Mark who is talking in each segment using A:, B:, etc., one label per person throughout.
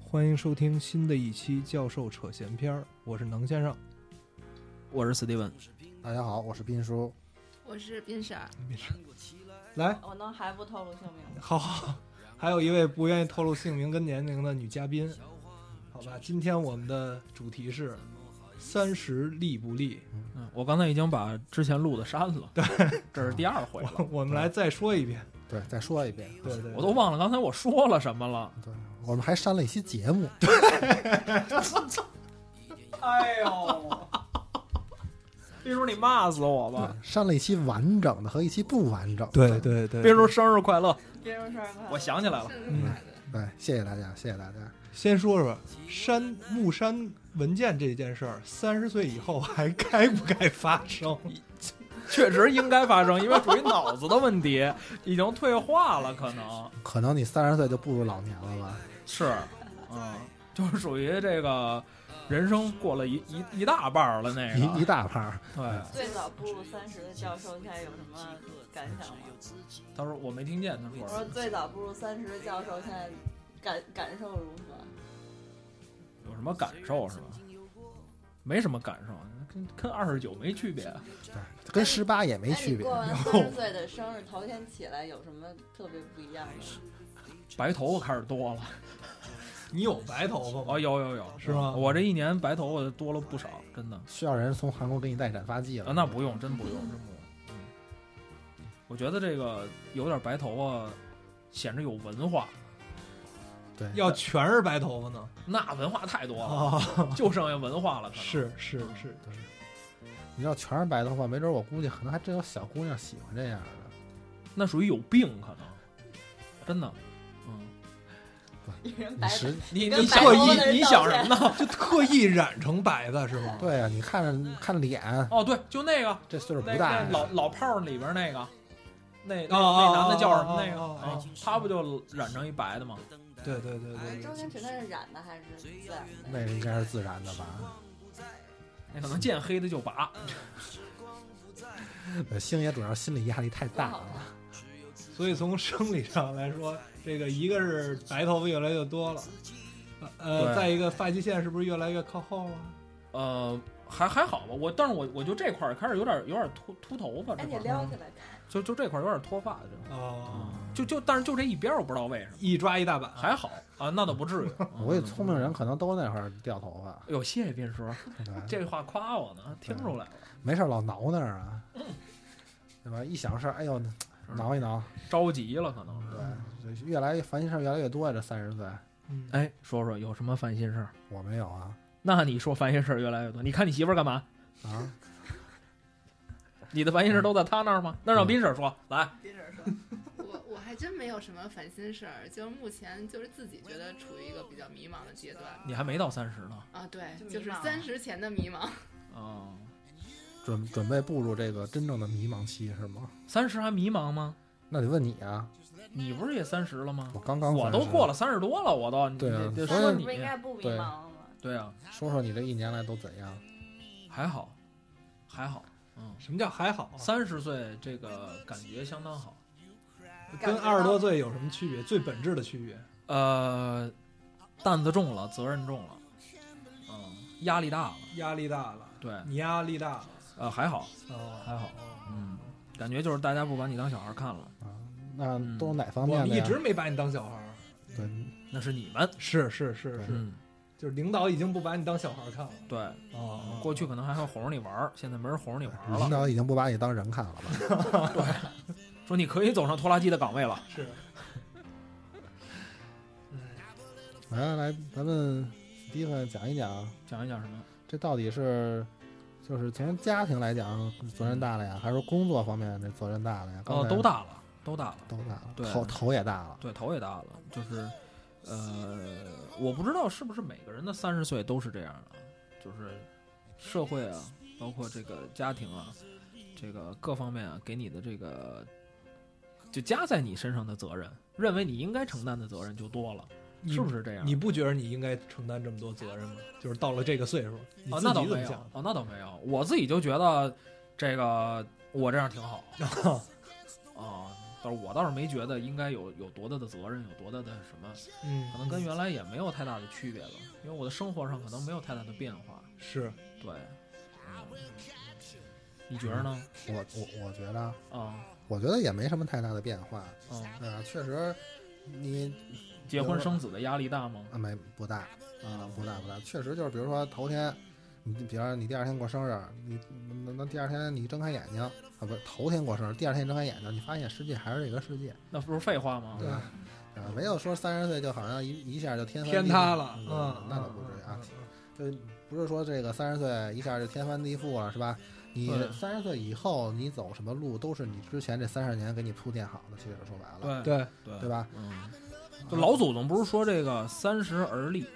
A: 欢迎收听新的一期《教授扯闲篇儿》，我是能先生。
B: 我是史蒂文，
C: 大家好，我是斌叔。
D: 我是冰婶儿，
A: 来，
D: 我哦能还不透露姓名吗？
A: 好好，好还有一位不愿意透露姓名跟年龄的女嘉宾，好吧，今天我们的主题是三十立不立？
B: 嗯，我刚才已经把之前录的删了，对，这是第二
A: 哎
B: 回了，
A: 我们来再说一遍，
C: 对，再说一遍，
A: 对对，
B: 我都忘了刚才我说了什么了。
C: 对，我们还删了一期节目。
B: 哎 呦，别说你骂死我吧！
C: 对，删了一期完整的和一期不完整的。
A: 对对对，嗯
B: 别说生日快乐，
D: 别说事儿了，
B: 我想起来了，
D: 生日快乐
C: 对，谢谢大家，谢谢大家。
A: 先说说删木删文件这件事儿，三十岁以后还该不该发生？
B: 确实应该发生，因为属于脑子的问题，已经退化了，可能
C: 可能你三十岁就步入老年了吧？
B: 是，嗯，就是属于这个人生过了一一一大半儿了那
C: 一一
B: 个，
C: 大盘。
B: 对。
D: 最早步入三十的教授，现在有什么感想吗？
B: 他说我没听见他
D: 我
B: 说什
D: 说
B: 么，
D: 最早步入三十的教授，现在感感受如何？
B: 有什么感受是吧？没什么感受，跟跟二十九没区别。
C: 对，跟十八也没
D: 哎，
C: 区
D: 你
C: 别
D: 过。完三十岁的生日头天起来有什么特别不一样的？
B: 白头发开始多了，
A: 你有白头发
B: 哦，
A: 吗？
B: 有有有，
A: 是吗
B: 我这一年白头发多了不少，真的。
C: 需要人从韩国给你带染发剂
B: 啊，
C: 了。
B: 那不用，真不用，真不用。嗯，我觉得这个有点白头发，显着有文化。
C: 对，
A: 要全是白头发呢？
B: 那文化太多了，
A: 啊，
B: 就剩下文化了。可能，
A: 是是是，
C: 你要全是白头发，没准我估计可能还真有小姑娘喜欢这样的。
B: 那属于有病，可能真的。嗯，
D: 一人
C: 你
D: 白
C: 实
B: 你
D: 跟
B: 你
D: 白
B: 想
D: 头发的
B: 你
D: 人
B: 你
D: 道
B: 想
D: 歉
B: 什么 呢？
A: 就特意染成白的是吗？
C: 对啊，你看着看脸，
B: 哦，对，就那个
C: 这岁数
B: 那
C: 不大
B: 那
C: 呀。
B: 老老炮儿里边那个，那那
A: 哦哦
B: 那男的叫什么
A: 哦
B: 那个
A: 哦哦
B: 啊？他不就染成一白的吗？
A: 对对对对
D: 周
A: 对，
D: 星驰那是染的还是自然的？
C: 那个应该是自然的吧？
B: 那可能见黑的就拔。
C: 对，星爷主要心理压力太大了。
A: 所以从生理上来说，这个一个是白头发越来越多了，呃，
B: 对
A: 再一个发际线是不是越来越靠后了？
B: 呃，还还好吧，我但是我我就这块儿开始有点有点秃秃头发，这
D: 哎，你
B: 块儿
D: 撩起来看，
B: 就就这块儿有点脱发的，这
A: 哦，
B: 就就但是就这一边儿我不知道为什么
A: 一抓一大把，
B: 嗯还好啊，那倒不至于。嗯
C: 我也聪明人，可能都那会儿掉头发。
B: 哎呦，谢谢斌叔，
C: 对，
B: 这话夸我呢，听出来了，
C: 没事儿老挠那儿啊，对吧？一想事儿，哎呦，挠一挠，
B: 着急了可能是。
C: 对，这越来越烦心事儿越来越多呀。这三十岁，
A: 嗯，
B: 哎，说说有什么烦心事儿？
C: 我没有啊
B: 那你说烦心事儿越来越多，你看你媳妇儿干嘛？
C: 啊，
B: 你的烦心事儿都在她那儿吗？那
C: 嗯
B: 让斌婶儿说来。
D: 别人说，
E: 我我还真没有什么烦心事儿，就是目前就是自己觉得处于一个比较迷茫的阶段
B: 你还没到三十呢
E: 啊，对
D: 就，迷
E: 就是
D: 茫
E: 三十前的 迷茫，
B: 啊，
C: 准准备步入这个真正的迷茫期是吗？
B: 三十还迷茫吗？
C: 那得问你啊，
B: 你不是也三十了吗
C: 我？刚刚
B: 我都
C: 30
B: 过了，三十多了，我都你
C: 对啊
B: 得得
C: 所以
B: 说
D: 不
B: 你
D: 是应该不迷茫了吗？
B: 对啊，
C: 说说你这一年来都怎样？
B: 还好，还好，嗯，
A: 什么叫还好啊？
B: 三十岁这个感觉相当好。
A: 跟二十多岁有什么区别？最本质的区别，
B: 呃，担子重了，责任重了，嗯，压力大了，
A: 压力大了，
B: 对，
A: 你压力大了，
B: 呃，还好，
A: 哦，
B: 还好，嗯，感觉就是大家不把你当小孩看了，
C: 啊那
B: 嗯
C: 都是哪方
A: 我
C: 面
A: 们
C: 的
A: 一
C: 呀？
A: 直没把你当小孩儿，
C: 对，
B: 那是你们，
A: 是是是是，
B: 嗯，
A: 就是领导已经不把你当小孩儿看了，
B: 对，
A: 哦，
B: 过去可能还会哄着你玩儿，现在没人哄着你玩儿
C: 领
B: 了，
C: 导已经不把你当人看了吧？
B: 说你可以走上拖拉机的岗位了，
A: 是。
C: 来来来，咱们第一个讲一讲，
B: 讲一讲什么？
C: 这到底是就是从家庭来讲责任大了呀，还是工作方面这责任大了呀？刚
B: 哦，
C: 才
B: 都大了，都大了。
C: 都大了，
B: 对
C: 头头也大了。
B: 对，头也大了，就是，呃，我不知道是不是每个人的三十岁都是这样的，就是社会啊，包括这个家庭啊，这个各方面啊，给你的这个就加在你身上的责任，认为你应该承担的责任就多了，
A: 你
B: 是不是这样？
A: 你不觉得你应该承担这么多责任吗？就是到了这个岁数，你
B: 哦，
A: 自
B: 那倒
A: 己怎
B: 没
A: 么
B: 有
A: 想，
B: 哦，那倒没有，我自己就觉得这个我这样挺 好
A: 的？
B: 啊。但是我倒是没觉得应该有有多大的责任，有多大的什么
A: 嗯，
B: 可能跟原来也没有太大的区别了，因为我的生活上可能没有太大的变化。
A: 是
B: 对，你觉着呢？
C: 我我我觉得，
B: 啊、
C: 我觉得也没什么太大的变化。
B: 嗯、啊、
C: 对啊，确实，你
B: 结婚生子的压力大吗？
C: 啊没不大啊不大不大，确实就是比如说头天，你比方说你第二天过生日，你那那第二天你一睁开眼睛啊不是头天过生日，第二天一睁开眼睛，你发现世界还是这个世界，
B: 那不是废话
A: 哦
B: 吗？
C: 对吧？啊，没有说三十岁就好像一一下就天翻
A: 天
C: 地
A: 塌
C: 覆
A: 了，
C: 嗯
A: 嗯，
C: 那倒不至于啊，就不是说这个三十岁一下就天翻地覆了，是吧？你
B: 对
C: 三十岁以后，你走什么路都是你之前这三十年给你铺垫好的。其实说白了，
B: 对
A: 对，
B: 对
C: 对吧？
B: 嗯，就老祖宗不是说这个三十而立，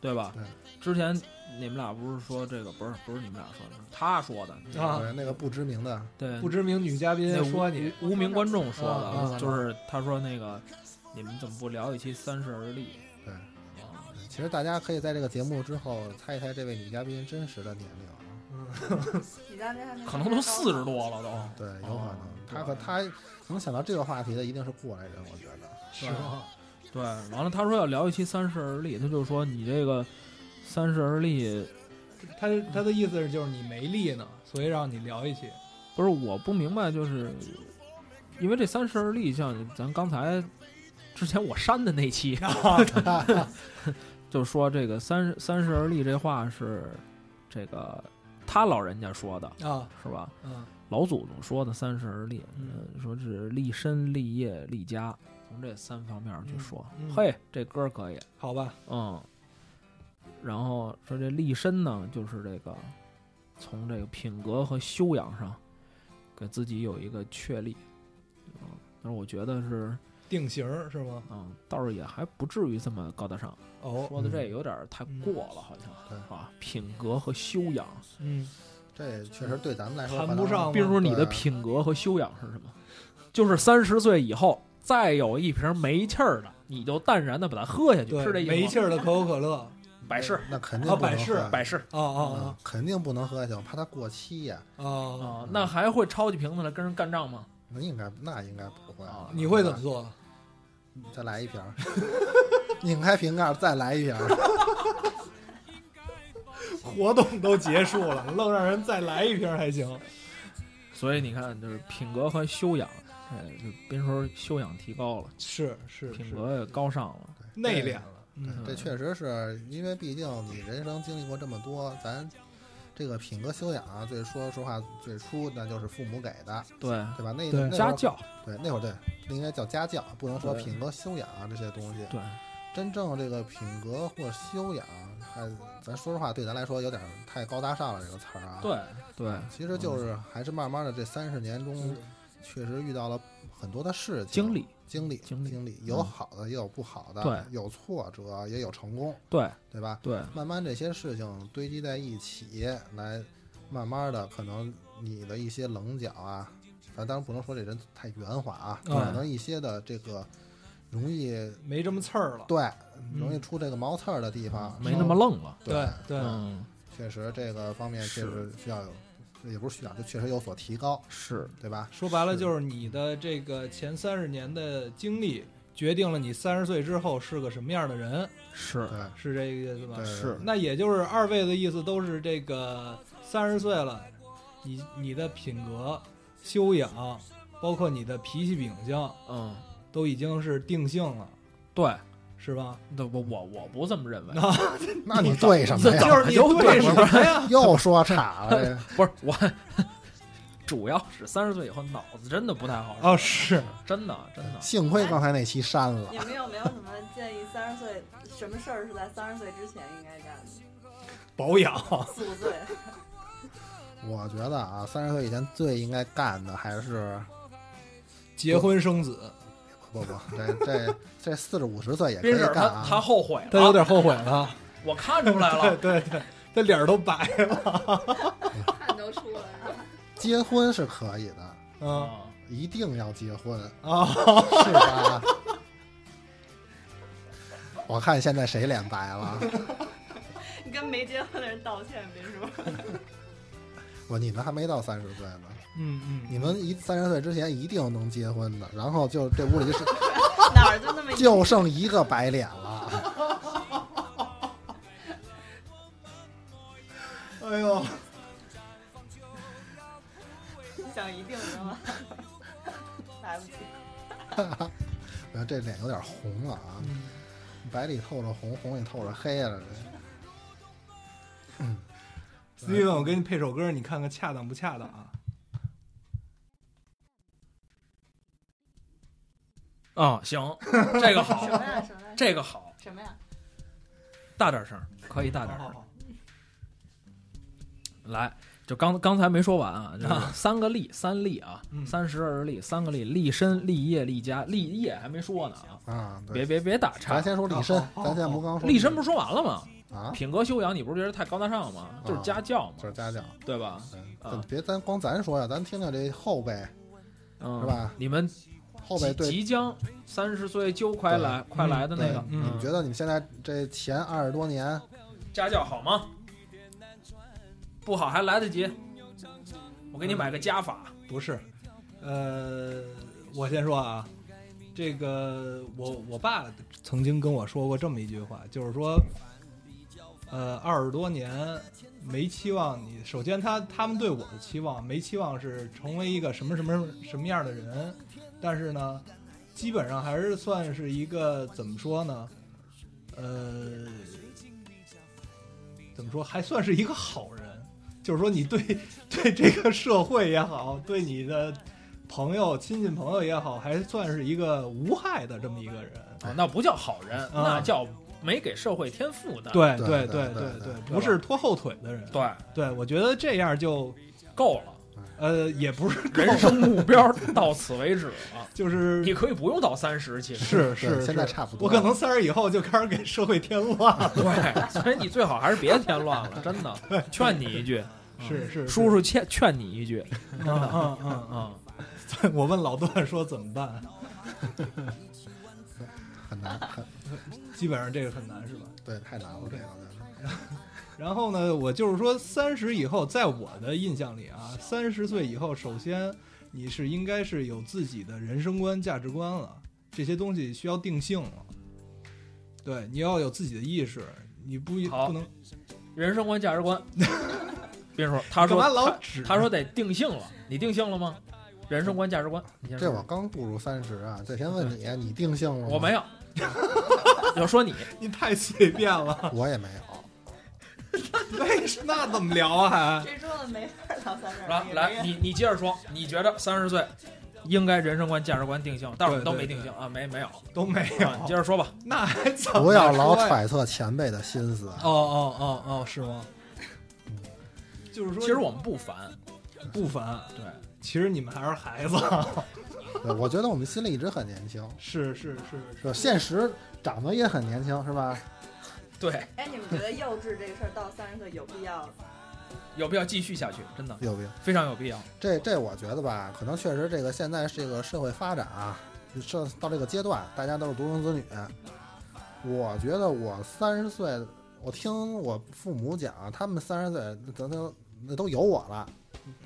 B: 对吧？
C: 对
B: 之前你们俩不是说这个不是不是你们俩说的，是他说的。
A: 啊
C: 对那个不知名的，
B: 对，
A: 不知名女嘉宾
B: 那无
A: 说你，
B: 无名观众说的，
A: 啊啊
B: 就是他说那个你们怎么不聊一期三十而立？
C: 对
B: 啊，
C: 其实大家可以在这个节目之后猜一猜这位女嘉宾真实的年龄啊，
E: 你家那还没
B: 可能都四十多了都。
C: 对，有可
B: 哦
C: 能。她和她能想到这个话题的一定是过来人，我觉得。
A: 是
B: 对
A: 吗
B: 对，完了他说要聊一期三十而立，他就说你这个三十而立
A: 他他的意思是就是你没力呢，所以让你聊一期，
B: 不是我不明白，就是因为这三十而立，像咱刚才之前我删的那期， 就说这个三十三十而立这话是这个他老人家说的
A: 啊，
B: 是吧？
A: 嗯，
B: 老祖宗说的三十而立，
A: 嗯
B: 嗯，说是立身、立业、立家，从这三方面去说。
A: 嗯嗯
B: 嘿，这歌可以，
A: 好吧，
B: 嗯。然后说这立身呢，就是这个从这个品格和修养上，给自己有一个确立。嗯，但是我觉得是，
A: 定型儿是吗？
B: 嗯，倒是也还不至于这么高大上。
A: 哦，
B: 说的这有点儿太过了，好
C: 对
B: 像啊，品格和修养。
A: 嗯，
C: 这确实对咱们来说
A: 谈不上，
B: 比如说你的
C: 对
B: 品格和修养是什么？就是三十岁以后，再有一瓶没气儿的，你就淡然的把它喝下去，
A: 对
B: 是这，意
A: 没
B: 思
A: 气
B: 吗？
A: 儿的可口 可乐，
B: 百事
C: 那肯定
A: 啊
C: 不能
A: 百事
C: 喝呀
B: 百事
A: 哦哦
C: 嗯肯定不能喝下去，我怕它过期呀。
A: 哦哦，
B: 啊，那还会抄起瓶子来跟人干仗吗？
C: 那应该那应该不会
B: 啊。
A: 你会怎么做？
C: 再来一瓶儿？拧开瓶盖，再来一瓶儿。
A: 活动都结束了，愣让人再来一瓶还行。
B: 所以你看，就是品格和修养，哎，就别说修养提高了，
A: 是是
B: 品
A: 是，
B: 格也高尚了。
A: 内敛了。嗯，
C: 这确实是因为，毕竟你人生经历过这么多，咱这个品格修养啊，最说实话，最初那就是父母给的，
B: 对，
C: 对吧？那
A: 对
C: 那会儿
B: 家教，
C: 对那会儿对，应该叫家教，啊不能说
B: 对
C: 品格修养啊这些东西。
B: 对，
C: 真正这个品格或修养，还咱说实话，对咱来说有点太高大上了这个词儿啊。，
B: 对，对，
C: 其实就是还是慢慢的这三十年中，确实遇到了很多的事情，
B: 经历，
C: 经历
B: 经历嗯
C: 经历，有好的也有不好的，
B: 对
C: 有挫折也有成功，
B: 对，
C: 对吧？
B: 对，
C: 慢慢这些事情堆积在一起，来慢慢的，可能你的一些棱角啊，咱当然不能说这人太圆滑啊，
A: 嗯
C: 可能一些的这个容易
A: 没这么刺儿了。
C: 对容易出这个毛刺儿的地方，
B: 嗯没那么愣了。
C: 啊对，
A: 对，
B: 嗯，
C: 确实这个方面确实
B: 是
C: 需要有，也不是需要，就确实有所提高，
B: 是，
C: 对吧？
A: 说白了就是你的这个前三十年的经历，决定了你三十岁之后是个什么样的人，
B: 是
C: 对，，
A: 是这个意思吧
C: 对？
B: 是
A: 那也就是二位的意思，都是这个三十岁了，你你的品格、修养，包括你的脾气秉性，
B: 嗯，
A: 都已经是定性了，
B: 对。
A: 是吧？
B: 那我我我不这么认为，
C: 那你对什么
B: 这
C: 呀？
A: 就是你哎对什么呀？
C: 又说岔了，这
B: 不是我，主要是三十岁以后脑子真的不太好使，
A: 哦，是
B: 真的真的
C: 幸亏刚才那期删了。
D: 你们有没有什么建建议三十岁什么事儿是在三十岁之前应该干 的？
A: 保养，
D: 宿醉，
C: 我觉得啊，三十岁以前最应该干的还是
A: 结婚生子，
C: 不不不，这这这四十五十岁也可
B: 斌
C: 以
B: 婶儿
C: 干
B: 他他
C: 啊。
B: 后悔
A: 他有
B: 了，
A: 点后悔了。
B: 我看出来
A: 对
B: 了，
A: 对对，他脸儿都白了。
E: 汗都出了，是吧？
C: 结婚是可以的，
A: 嗯
B: 啊
C: 一定要结婚，
B: 哦
A: 啊，
C: 是吧？ 我看现在谁脸白了？
D: 你 跟没结婚的人道歉，别说。
C: 我你们还没到三十岁呢，
A: 嗯嗯，
C: 你们一三十岁之前一定能结婚的，然后就这屋 里就剩
D: 哪儿就那么一
C: 就剩一个白脸了。
A: 哎呦，
D: 想一定的吗？ 来不及，
C: 呃这脸有点红了啊，
A: 嗯
C: 白里透着红，红里透着黑了。
A: ，Steven，我给你配首歌，你看看恰当不恰当啊？
B: 啊，行，这个好
D: 什，么呀？什么呀？
B: 这个好，
D: 什么呀？
B: 大点声，可以大点
A: 好好
B: 声，
A: 好，
B: 来。就刚刚才没说完
C: 嗯
B: 啊，就是三个利，三利啊，
A: 嗯
B: 三十而立，三个利，立身、立业、立家，立业还没说呢啊，
C: 这啊，
B: 别
C: 对
B: 别哦别打岔
C: 咱，先说立身
A: 好，好
C: 咱现在不刚说
B: 立身不是说完了吗？
C: 啊，
B: 品格修养，你不是觉得太高大上了吗？就是家教嘛
C: 就，是家教。
B: 对吧？
C: 嗯
B: 啊
C: 咱别咱光咱说呀，咱听听这后辈，
B: 嗯，
C: 是吧？
B: 你们
C: 后辈对，
B: 即将三十岁就快来快来的那个
C: 对
A: 嗯
C: 你们觉得你们现在这前二十多年，
B: 家教好吗？不好还来得及，我
C: 嗯
B: 给你买个家法。
A: 不是，呃，我先说啊，这个我我爸曾经跟我说过这么一句话，就是说，呃，二十多年没期望你，首先他他们对我的期望没期望是成为一个什么什么什么样的人，但是呢，基本上还是算是一个怎么说呢，呃，怎么说还算是一个好人，就是说你对 对这个社会也好，对你的朋友、亲戚朋友也好，还算是一个无害的这么一个人。
B: 啊，
C: 哎
B: 那不叫好人，
A: 嗯
B: 那叫没给社会添负担。
A: 对
C: 啊对
A: 对对
C: 对对对
A: 不是拖后腿的人。
B: 对，
A: 对，我觉得这样就
B: 够了，
A: 呃也不是够
B: 人 生目标到此为止了。
A: 就是
B: 你可以不用到三十，其实
A: 是
C: 对
A: 是
C: 现在
A: 是
C: 差不多
A: 我
C: 了。
A: 可能三十以后就开始给社会添乱了。
B: 对，所以你最好还是别添乱了，真的。劝你一句， 嗯
C: 嗯
A: 是是，
B: 叔叔劝劝你一句
A: 嗯嗯嗯嗯。
B: 啊、
A: 我问老段说怎么办，
C: 很难，很
A: 基本上这个很难是吧？
C: 对，太难了，这个对
A: 然后呢，我就是说，三十以后，在我的印象里啊，三十岁以后，首先你是应该是有自己的人生观、价值观了，这些东西需要定性了。对，你要有自己的意识，你不
B: 好
A: 不能
B: 人生观、价值 观。别说，他
A: 干
B: 说
A: 嘛老
B: 他
A: 指
B: 他说得定性了，你定性了吗？人生观、价值观，你先
C: 这
B: 说
C: 我刚步入三十啊，这先问你，你定性了吗？
B: 嗯我 没，有，要说你
A: 你太随便了，
C: 我也没有。
A: 为什那怎么聊啊？还
D: 这桌子没法聊三十
B: 来
D: 儿，
B: 来，你你接着说，你觉得三十岁应该人生观、价值观定性，但是我们
A: 对
B: 都
A: 对哦
B: 没定性啊，没没有，
A: 都没
B: 啊 你接
A: 有，
B: 着说吧。
A: 那还怎么
C: 不要老
A: 说呀
C: 揣测前辈的心思啊，
A: 哦哦哦哦，是吗？就是说，
B: 嗯其实我们不烦，
A: 不烦，
B: 对，
A: 其实你们还是孩子，
C: 对我觉得我们心里一直很年轻，
A: 是是是
C: 是吧？现实长得也很年轻，是吧？
B: 对，
D: 哎，你们觉得幼稚这个事儿到三十岁有必要？
B: 有必要继续下去，真的
C: 有病。
B: 非常有必要。
C: 这这我觉得吧，可能确实这个现在这个社会发展啊，社到这个阶段，大家都是独生子女。我觉得我三十岁，我听我父母讲，啊他们三十岁，咱都那都有我了，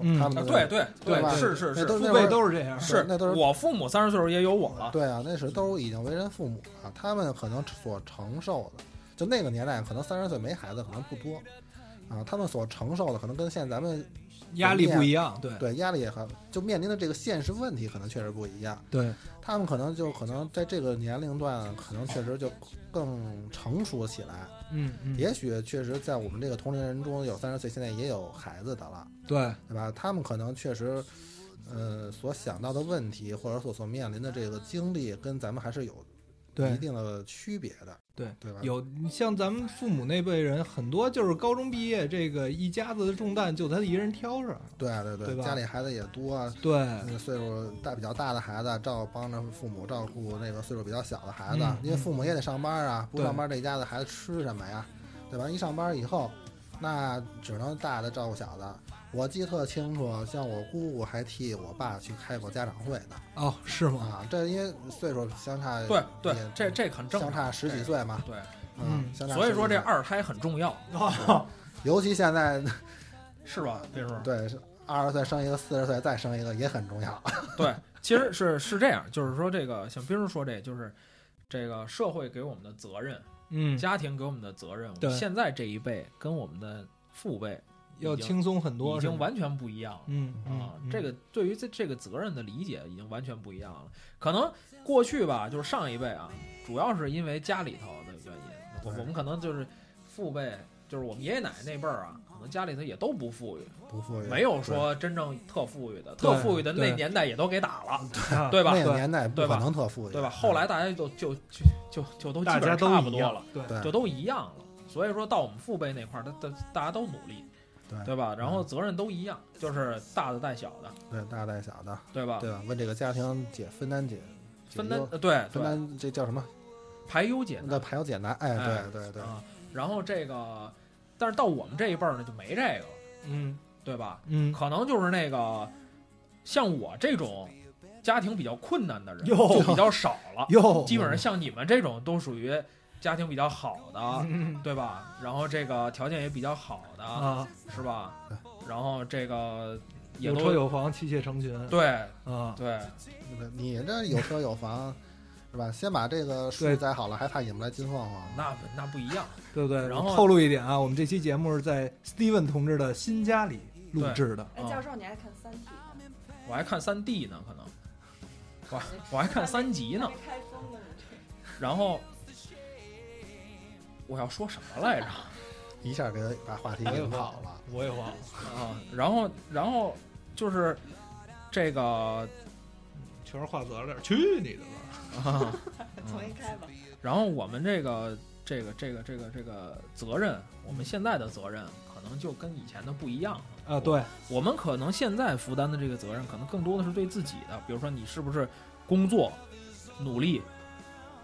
A: 嗯
C: 他们
B: 啊，
C: 那
B: 对对
C: 对吧
B: 是是
C: 那都
B: 是
A: 父
C: 会
A: 辈
C: 儿
A: 都是这样，
B: 是，
C: 那都是
B: 我父母三十岁时候也有我了，
C: 对啊，那是都已经为人父母了，他们可能所承受的，就那个年代，可能三十岁没孩子可能不多，啊，他们所承受的可能跟现在咱们
A: 压力不一样，对
C: 对压力也很，就面临的这个现实问题可能确实不一样。
A: 对，
C: 他们可能就可能在这个年龄段，可能确实就更成熟起来。
A: 嗯嗯，
C: 也许确实在我们这个同龄人中，有三十岁现在也有孩子的了，
A: 对
C: 对吧？他们可能确实，呃，所想到的问题或者所所面临的这个经历，跟咱们还是有
A: 对
C: 一定的区别的，
A: 对
C: 对吧？
A: 有像咱们父母那辈人，很多就是高中毕业，这个一家子的重担就他一人挑着。
C: 对啊对对，
A: 对吧
C: 家里孩子也多，啊
A: 对，
B: 嗯
C: 那个岁数大比较大的孩子照帮着父母照顾那个岁数比较小的孩子，
A: 嗯
C: 因为父母也得上班啊，不
A: 对
C: 上班这家的孩子吃什么呀？对吧？一上班以后，那只能大的照顾小的。我记得特清楚，像我姑姑还替我爸去开过家长会呢。
A: 哦，是吗？
C: 啊，这因为岁数相差
B: 嗯对对
C: 也，
B: 这这很正
C: 相
B: 常，
C: 差十几岁嘛，
B: 对，
A: 嗯
C: 相差
B: 所以说
C: 十几
B: 这
C: 岁，
B: 二胎很重要，
C: 尤其现在
B: 是吧，斌叔？
C: 对二十岁生一个，四十岁再生一个也很重要。
B: 对，其实是是这样，就是说这个像斌叔说这，就是这个社会给我们的责任，
A: 嗯，
B: 家庭给我们的责任，我
A: 对
B: 们现在这一辈跟我们的父辈已
A: 要
B: 经
A: 轻松很多，
B: 已
A: 是
B: 经
A: 吗
B: 完全不一样了。
A: 嗯
B: 啊
A: 嗯，，
B: 这个对于这这个责任的理解已经完全不一样了。可能过去吧，就是上一辈啊，主要是因为家里头的原因，我
C: 对
B: 我们可能就是父辈，就是我们爷爷奶奶那辈儿啊，可能家里头也都不富裕，
C: 不富裕，
B: 没有说真正特富裕的，
A: 对
B: 特富裕的那
A: 对
B: 年代也都给打了，
A: 啊
B: 对吧
C: 那？个
A: 对
C: 年代不
B: 对吧
C: 可能特富裕，嗯
B: 对吧？后来大家就就就就就都
A: 大
B: 基
A: 家
B: 本
A: 都
B: 差不
A: 一
B: 多
A: 样
B: 了，
A: 对
C: 对
B: 就都一样了。所以说到我们父辈那块儿，他他大家都努力，
C: 对
B: 对吧？然后责任都一样，就是大的带小的，
C: 对大带小的，
B: 对吧？
C: 对吧？为这个家庭解分担解解
B: 分担
C: 忧
B: 呃对
C: 分
B: 对
C: 担这叫什么？
B: 排忧解难
C: 那排忧解难，哎，
B: 哎
C: 对对对，
B: 啊。然后这个，但是到我们这一辈儿呢，就没这个了，
A: 嗯
B: 对吧？
A: 嗯，
B: 可能就是那个，像我这种家庭比较困难的人
A: 哟
B: 就比较少了，
A: 哟，
B: 基本上像你们这种都属于家庭比较好的，
A: 嗯
B: 对吧？然后这个条件也比较好的，
A: 啊，
B: 是吧
C: 对？
B: 然后这个也
A: 有车
B: 都
A: 有房，妻妾成群
B: 对
A: 啊，
B: 对
C: 你这有车有房，是吧？先把这个树
A: 对
C: 栽好了，还怕引不来金凤凰？
B: 那不那不一样。
A: 对不对？
B: 然后
A: 透露一点啊，我们这期节目是在 Steven 同志的新家里录制的，
B: 嗯
D: 哎，教授，你还看《三体》呢？
B: 我还看三 D 呢，可能我还
D: 你
B: 我还看三集呢
D: 还。没开封呢，你这
B: 然后我要说什么 来着？
C: 一下给把话题
B: 我也
A: 嗯
B: 忘
C: 引跑了。
B: 我也忘了啊。然后，然后就是这个
A: 全是话责任，去你的吧！
B: 啊，
D: 重新开吧。
B: 然后我们这个这个这个这个这个责任，我
A: 嗯
B: 们现在的责任可能就跟以前的不一样了。
A: 啊，对，
B: 我们可能现在负担的这个责任，可能更多的是对自己的，比如说你是不是工作努力，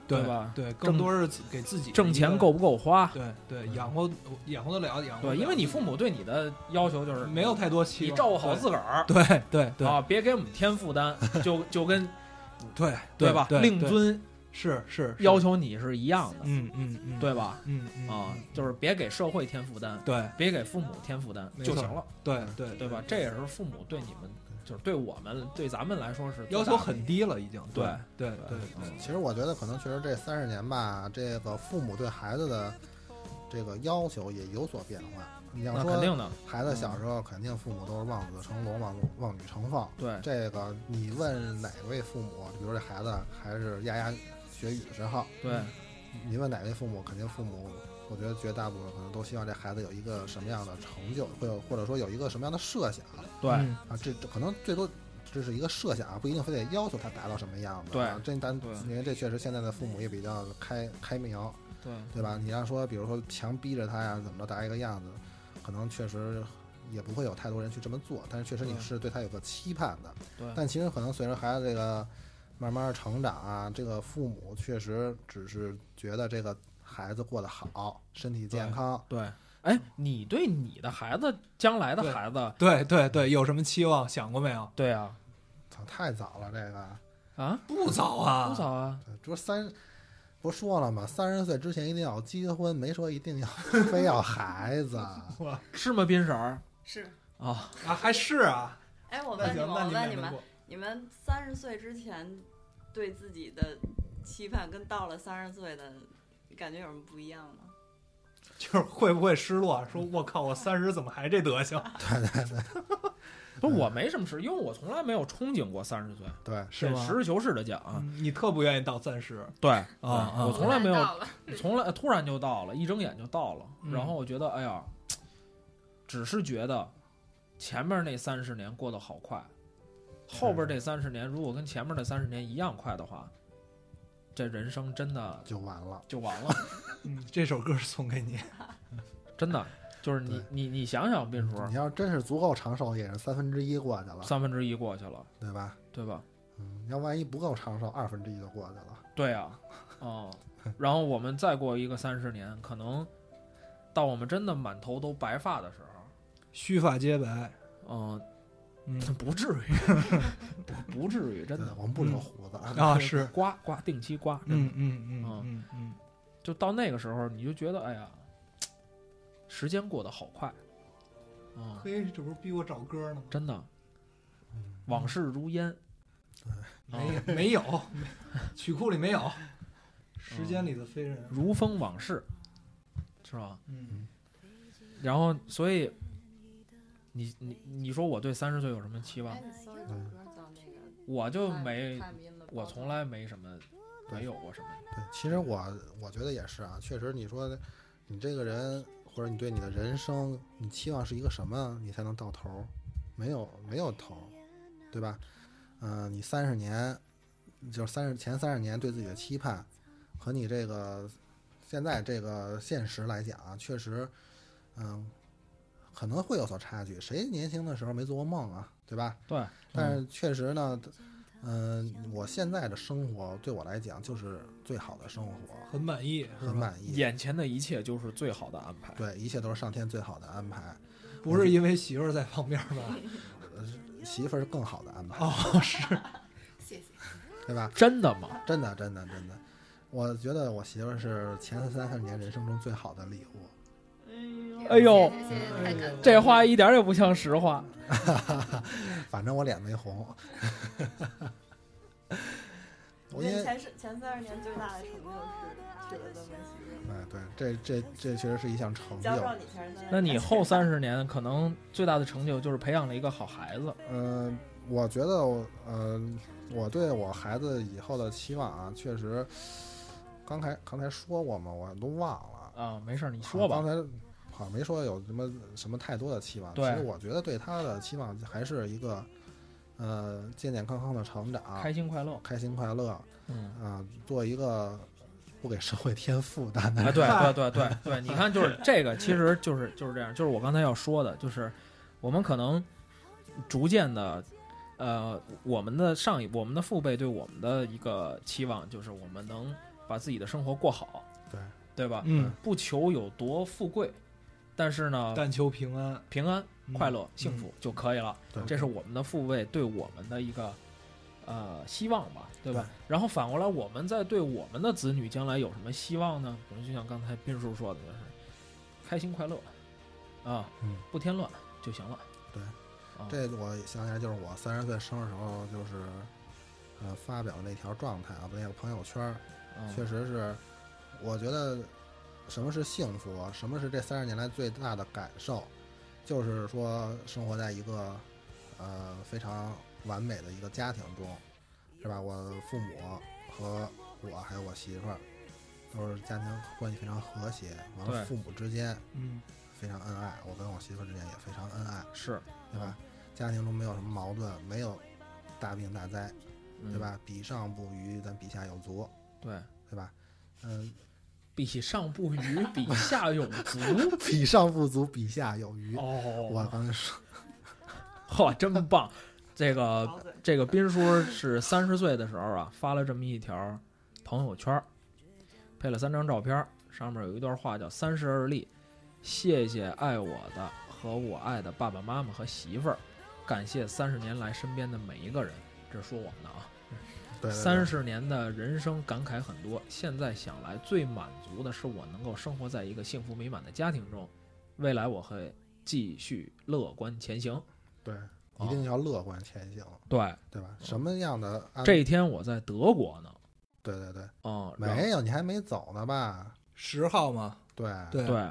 B: 对吧
A: 对，
B: 挣
A: 更多是给自己
B: 挣钱，够不够花，
A: 对对，养活养活得了，养活
B: 对，因为你父母对你的要求就是
A: 没有太多期
B: 你
A: 望，
B: 照顾好自个儿，
A: 对对对
B: 啊，别给我们添负 担，就就跟
A: 对
B: 吧？
A: 对
B: 令
A: 对
B: 尊
A: 是是
B: 要
A: 求，
B: 求你是一样的，
A: 嗯嗯嗯，
B: 对吧？
A: 嗯嗯
B: 啊
A: 嗯，
B: 就是别给社会添负担，
A: 对
B: 别给父母添负担
A: 没
B: 就
A: 错
B: 行了，
A: 对对
B: 对吧？这也是父母对你们，就是对我们对咱们来说是最
A: 要
B: 大
A: 求
B: 的
A: 很低了，已经
B: 对
A: 对对
B: 对
A: 对
B: 嗯
C: 其实我觉得可能确实这三十年吧，这个父母对孩子的这个要求也有所变化。你要
B: 那肯
C: 说
B: 定嗯的，
C: 孩子小时候，肯定父母都是望子成龙、望望女成凤。
B: 对
C: 这个你问哪位父母，比如这孩子还是牙牙学语的时候，
B: 对
A: 嗯
C: 你问哪位父母，肯定父母，我觉得绝大部分可能都希望这孩子有一个什么样的成就，或者或者说有一个什么样的设想
B: 对，
A: 嗯
C: 啊，这这可能最多这是一个设想，啊不一定非得要求他达到什么样子。
B: 对
C: 啊这咱
B: 对
C: 因为这确实现在的父母也比较开开明，
B: 对
C: 对吧？你要说比如说强逼着他呀，怎么着达一个样子，可能确实。也不会有太多人去这么做，但是确实你
B: 对
C: 是对他有个期盼的。
B: 对
C: 但其实可能随着孩子这个慢慢成长啊，这个父母确实只是觉得这个孩子过得好，身体健康，
B: 对。哎，你对你的孩子，将来的
A: 对
B: 孩子，
A: 对对对，有什么期望想过没有？
B: 对啊，
C: 操，太早了这个，
B: 啊，
A: 不早啊，
B: 多少啊？
C: 这三不是说了吗？三十岁之前一定要结婚，没说一定要 非要孩 子。
B: 是吗，斌婶儿
E: 是
B: 啊？
A: 啊，还是啊。
D: 哎，我
A: 那
D: 问你
A: 行，
D: 们，我
A: 那
D: 问
A: 你
D: 你们
A: 们，
D: 你们三十岁之前对自己的期盼跟到了三十岁的感觉有什么不一样吗？
A: 就是会不会失落？说我靠，我三十怎么还这德行？
B: 不
A: 嗯
B: 是，我没什么事，因为我从来没有憧憬过三十岁，
C: 对，
A: 是吗
B: 实事 求是的讲啊，
A: 嗯你特不愿意到三十
B: 对
A: 啊啊
B: 我从来没有
E: 到了
B: 从来突然就到了，一睁眼就到了，
A: 嗯
B: 然后我觉得，哎呀，只是觉得前面那三十年过得好快，后边这三十年如果跟前面的三十年一样快的话，这人生真的
C: 就完了。
B: 就完了，
A: 嗯，这首歌送给你，
B: 真的就是你
C: 对
B: 你你想想，斌叔
C: 你要真是足够长寿，也是三分之一过去了，
B: 三分之一过去了，
C: 对吧？
B: 对吧？
C: 嗯，要万一不够长寿，二分之一就过去了。
B: 对啊，哦，然后我们再过一个三十年，可能到我们真的满头都白发的时
A: 须发皆白。
B: 候，嗯、
A: 嗯
B: 不至于，不不至于，真
C: 对
B: 的，
C: 我们不留
A: 嗯
C: 胡子，
A: 啊，是，
B: 刮刮定期刮，真
A: 嗯
B: 的，
A: 嗯嗯嗯嗯
B: 就到那个时候，你就觉得哎呀，时间过得好快，嗯
A: 嗯，，嘿，这不是逼我找歌呢吗？
B: 真的
C: 嗯，
B: 往事如烟，
A: 没没有，没曲库里没有，时间里的飞人。
B: 如风往事，是吧？
A: 嗯，
B: 然后，所以你你你说我对三十岁有什么期望
E: 哎，？你搜一首
C: 嗯
E: 歌
D: 叫那个
B: 我就没，
D: 探秘的
B: 我
D: 包
B: 从来没什么，
C: 对
B: 没有过什么。
C: 对，其实我我觉得也是啊，确实你说你这个人或者你对你的人生，你期望是一个什么，你才能到头儿？没有没有头儿，对吧？嗯、你三十年，就是三十前三十年对自己的期盼，和你这个现在这个现实来讲啊，确实，嗯、可能会有所差距。谁年轻的时候没做过梦啊，对吧？
B: 对，
C: 但
A: 嗯
C: 是确实呢，嗯、我现在的生活对我来讲就是最好的生活，
A: 很满意，是吧
C: 很满意。
B: 眼前的一切就是最好的安排。
C: 对，一切都是上天最好的安排，呃
A: 不是因为媳妇儿在旁边吧？
C: 媳妇儿是更好的安排，
A: 哦，是，
E: 谢谢。
C: 对吧？
B: 真的吗？
C: 真的，真的，真的，我觉得我媳妇儿是前三十年人生中最好的礼物。
B: 哎呦
E: 谢谢谢谢太感动了。
B: 这话一点也不像实话。
C: 反正我脸没红。 我因
D: 对
C: 为
D: 前十前三十年最大的成就是娶了这么几个，
C: 哎，对，这这这确实是一项成就啊
D: 教。授你前十三。
B: 那你后三十年可能最大的成就就是培养了一个好孩子。
C: 嗯、我觉得我，嗯、我对我孩子以后的期望啊，确实，刚才刚才说过嘛，我都忘了。
B: 啊，没事儿，你说吧
C: 刚。才好像没说有什么什么太多的期望。
B: 对
C: 其实我觉得对他的期望还是一个，呃，健健康康的成长，
B: 开心快乐，
C: 开心快乐啊、
B: 嗯，
C: 做一个不给社会添负担的
B: 啊，
C: 人。
B: 对对对对对，你看，就是这个，其实就是就是这样，就是我刚才要说的，就是我们可能逐渐的，呃，我们的上一我们的父辈对我们的一个期望，就是我们能把自己的生活过好，
C: 对
B: 对吧？
A: 嗯，
B: 不求有多富贵，但是呢，
A: 但求平安，
B: 平安、
A: 嗯
B: 快乐、幸福就可以了。
C: 对
B: 这是我们的父辈对我们的一个呃希望吧，对吧？然后反过来，我们再对我们的子女将来有什么希望呢？可能就像刚才斌叔说的，就是开心快乐啊，
C: 嗯
B: 不添乱就行了。啊
C: 这我想起来，就是我三十岁生日时候，就是呃发表的那条状态啊，那个朋友圈儿，
B: 嗯、
C: 确实是，我觉得什么是幸福啊，什么是这三十年来最大的感受，就是说生活在一个呃非常完美的一个家庭中，是吧？我父母和我还有我媳妇儿，都是家庭关系非常和谐，完
B: 对
C: 了父母之间
A: 嗯，
C: 非常恩爱，我跟我媳妇儿之间也非常恩爱，
B: 是，
C: 对吧？
B: 嗯
C: 家庭中没有什么矛盾，没有大病大灾，
B: 嗯
C: 对？吧？比上不虞，咱比下有足，
B: 对，
C: 对吧？嗯，
B: 比起上不虞，比下有 足。
C: 比上不足，比下有余。我
B: 哦，
C: 刚才说，
B: 哇， 真棒！这个
D: 好嘴
B: 这个斌叔是三十岁的时候啊，发了这么一条朋友圈儿，配了三张照片儿，上面有一段话叫“三十而立”，谢谢爱我的和我爱的爸爸妈妈和媳妇儿，感谢三十年来身边的每一个人。这是说我呢啊，
C: 对
B: 三十年的人生感慨很多，现在想来最满足的是我能够生活在一个幸福美满的家庭中，未来我会继续乐观前行。
C: 对，对一定要乐观前行，
B: 对，
C: 对吧？什么样的安
B: 这一天我在德国呢，
C: 对对对，
B: 嗯，然后
C: 没有，你还没走呢吧？
A: 十号嘛，
C: 对，
A: 对，
B: 对，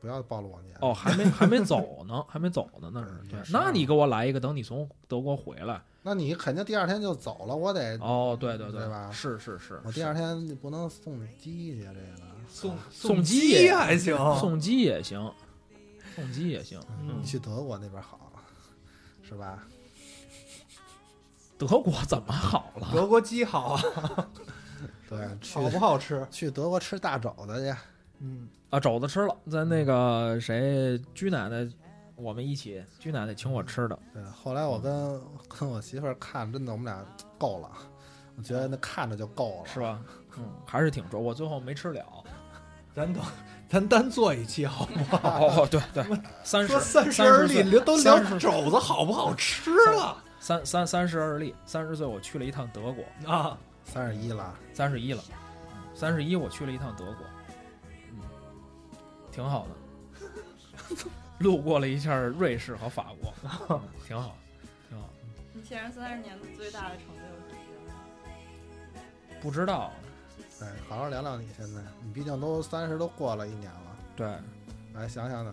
C: 不要暴露我年龄
B: 哦，，还没还没走呢，还没走呢，那
C: 嗯
B: 是
C: 也
B: 对。
C: 是啊
B: 那你给我来一个，等你从德国回来。
C: 那你肯定第二天就走了，我得，
B: 哦，对对
C: 呃嗯对吧
B: 是是是，
C: 我第二天不能送鸡去，这个啊
A: 送
B: 送机
A: 机还行，
B: 是送机也行，送机也行。
A: 嗯
C: 你去德国那边好，是吧？
B: 德国怎么好了？
A: 德国鸡好啊，
B: 嗯
C: 对，去
A: 好不好吃？
C: 去德国吃大肘子去，
A: 嗯，
B: 啊，肘子吃了，在
C: 嗯
B: 那个谁居奶奶，我们一起居奶奶请我吃的，
C: 对，后来我跟跟我媳妇儿看，真的我们俩够了，我觉得那看着就够了，
B: 是？吧？嗯，还是挺重，我最后没吃了。
A: 咱等咱单做一期好吗？
B: 哦，对对，三
A: 说
B: 十
A: 三十
B: 十
A: 而
B: 岁
A: 立，聊都聊
B: 三十岁
A: 肘子好不好吃啊了
B: 三三三十而立，三十岁我去了一趟德国，
A: 啊？
C: 三十一了，
B: 三十一了，三十一我去了一趟德国，嗯，挺好的，路过了一下瑞士和法国，嗯挺好，挺好。
D: 你其实三十年的最大的成就是这样
B: 不知道，
C: 对，哎好好聊聊你现在，你毕竟都三十都过了一年了，
B: 对，
C: 来想想呢，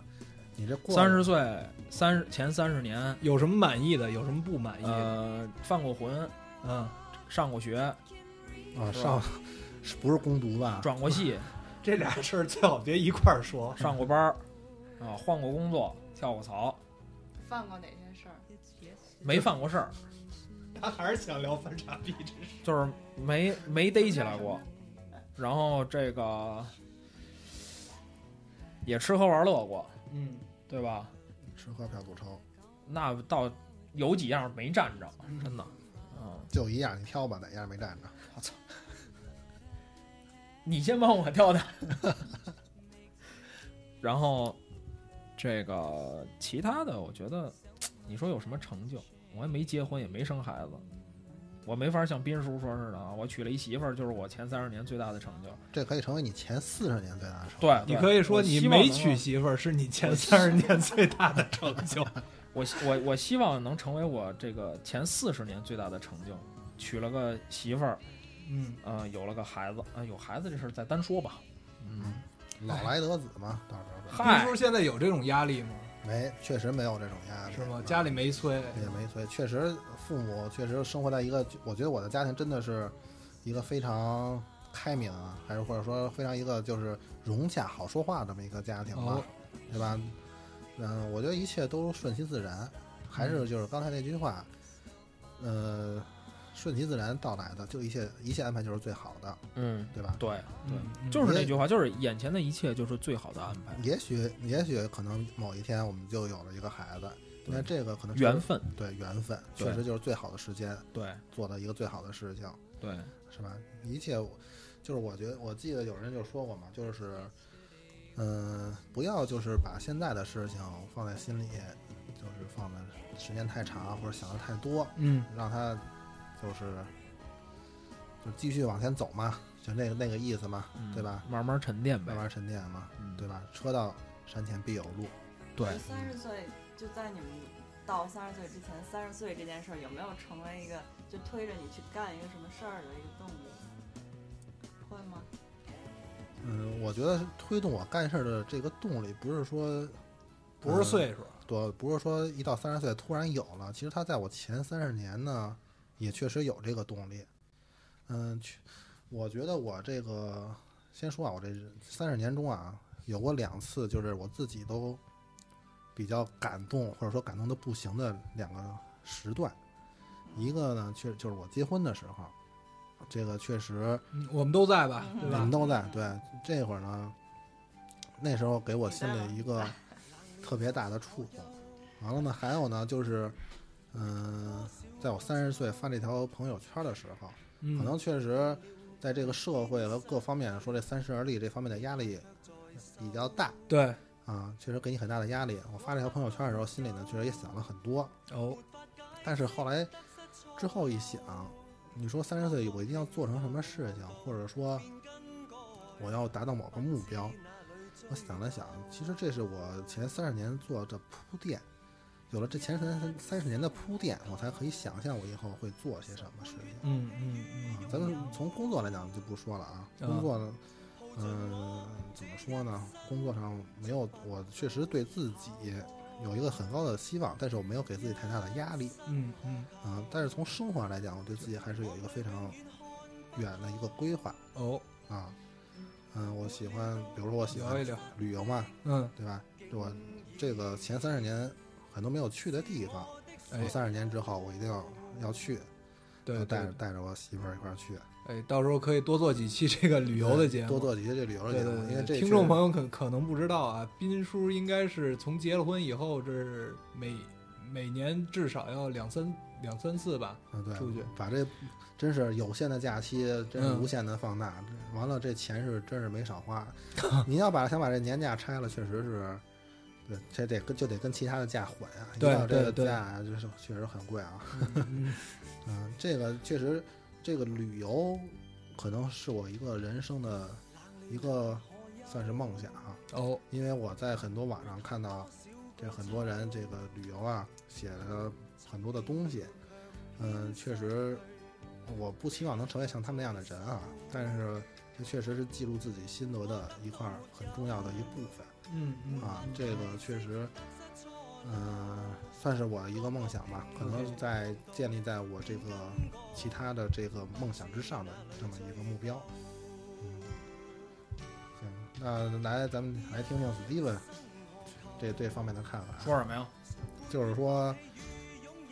C: 你这过了啊
B: 三十岁三十前三十年，
A: 有什么满意的？有什么不
C: 哎
A: 满意的？
B: 呃，犯过浑，
A: 嗯，
B: 上过学，
C: 啊
B: 是吧
C: 上，是不是攻读吧？
B: 转过 系，
A: 这俩事儿最好别一块儿说。
B: 上过班儿，啊，换过工作，跳过槽，
E: 犯过哪些事儿？
B: 没犯过事儿，
A: 他还是想聊反差币这事。
B: 就是没没逮起来过，然后这个也吃喝玩乐过，
A: 嗯
B: 对吧？
C: 吃喝嫖赌抽，
B: 那倒有几样没占着，真的，嗯，
C: 就一样，你挑吧，哪样没占着？
B: 你先帮我挑的。然后，这个其他的，我觉得你说有什么成就？我也没结婚，也没生孩子，我没法像斌叔说似的啊，我娶了一媳妇儿，就是我前三十年最大的成就。
C: 这可以成为你前四十年最大的收入。
B: 对，
A: 你
B: 对
A: 可以说你没，娶
B: 我希
A: 媳妇儿是你前三十年最大的成就。
B: 望能我希我我希望能成为我这个前四十年最大的成就，娶了个媳妇儿，
A: 嗯，
B: 呃，有了个孩子，啊、有孩子这事儿再单说吧。嗯，
C: 老来得子嘛，到时候
B: 嗨
A: 斌叔现在有这种压力吗？
C: 没，确实没有这种压力，
A: 是吗？家里没催，
C: 也没催，确实父母确实生活在一个，我觉得我的家庭真的是一个非常开明啊，还是或者说非常一个就是融洽、好说话这么一个家庭吧，
A: 哦
C: 对吧？嗯，我觉得一切都顺其自然，还
B: 嗯
C: 是就是刚才那句话，呃，顺其自然到来的，就一切一切安排就是最好的，
B: 嗯，
C: 对吧？
B: 对对。
A: 嗯，
B: 就是那句话，就是眼前的一切就是最好的安排，
C: 也许也许可能某一天我们就有了一个孩子，
B: 对
C: 那这个可能是
B: 缘分。
C: 对缘分，
B: 对
C: 确实就是最好的时间
B: 对
C: 做的一个最好的事情，
B: 对，
C: 是吧？一切我就是我觉得我记得有人就说过嘛，就是嗯、呃不要就是把现在的事情放在心里，就是放的时间太长或者想的太多，
A: 嗯，
C: 让它就是就继续往前走嘛，就那个那个意思嘛，
B: 嗯
C: 对吧？
B: 慢慢沉淀呗
C: 慢，慢沉淀嘛，
B: 嗯
C: 对吧？车到山前必有路。
B: 对
D: 就，三十岁就在你们到三十岁之前，三十岁这件事儿有没有成为一个就推着你去干一个什么事儿的一个动力？会吗？
C: 嗯，我觉得推动我干事儿的这个动力，不是说
A: 不是岁数，
C: 多，不是说一到三十岁突然有了。其实他在我前三十年呢，也确实有这个动力。嗯，去，我觉得我这个先说啊，我这三十年中啊，有过两次，就是我自己都比较感动，或者说感动的不行的两个时段。一个呢，确就是我结婚的时候，这个确实，
A: 嗯我们都在吧，对
C: 你
A: 吧
C: 们？都在。对，这会儿呢，那时候给我心里一个特别大的触动。完了呢，还有呢，就是，嗯、在我三十岁发这条朋友圈的时候，可
A: 嗯，
C: 能确实在这个社会和各方面说这三十而立这方面的压力比较大
A: 对，
C: 啊，确实给你很大的压力。我发这条朋友圈的时候，心里呢确实也想了很多，
A: 哦，
C: 但是后来之后一想，你说三十岁我一定要做成什么事情，或者说我要达到某个目标，我想了想，其实这是我前三十年做的铺垫，有了这前三三十年的铺垫，我才可以想象我以后会做些什么事情。
A: 嗯嗯嗯，
C: 咱们从工作来讲就不说了啊，工作呢，嗯、怎么说呢？工作上没有，我确实对自己有一个很高的希望，但是我没有给自己太大的压力。
A: 嗯嗯，
C: 啊，但是从生活上来讲，我对自己还是有一个非常远的一个规划
A: 哦，
C: 啊。嗯，我喜欢，比如说我喜
A: 聊一
C: 欢
A: 聊，
C: 旅游嘛，
A: 嗯，
C: 对吧？我这个前三十年很多没有去的地方，我
A: 哎，
C: 三十年之后我一定要要去，
A: 对对
C: 我带着带着我媳妇儿一块儿去。
A: 哎，到时候可以多做几期这个旅游的节目，
C: 哎多做几期这旅游的
A: 对
C: 节
A: 对
C: 目，因为
A: 对
C: 这
A: 听众朋
C: 友
A: 友可可能不知道啊，斌叔应该是从结了婚以后，这是每每年至少要两三两三次吧。
C: 啊，对，
A: 出去
C: 把这真是有限的假期，真是
A: 嗯
C: 无限的放大。完了，这钱是真是没少花。 你要把想把这年假拆了，确实是，对，这得跟就得跟其他的假混啊。一
A: 对
C: 到这个
A: 对对
C: 假啊就是确实很贵啊。
A: 嗯
C: 嗯，这个确实，这个旅游可能是我一个人生的一个算是梦想啊，
A: 哦，
C: 因为我在很多网上看到，这很多人这个旅游啊写了很多的东西，嗯，确实，我不期望能成为像他们那样的人啊，但是这确实是记录自己心得的一块儿很重要的一部分。
A: 嗯嗯
C: 啊，这个确实，嗯、算是我一个梦想吧，可能
A: OK
C: 在建立在我这个其他的这个梦想之上的这么一个目标。嗯，行，那来咱们来听听 Steven 这对方面的看法，
B: 说什么呀？
C: 就是说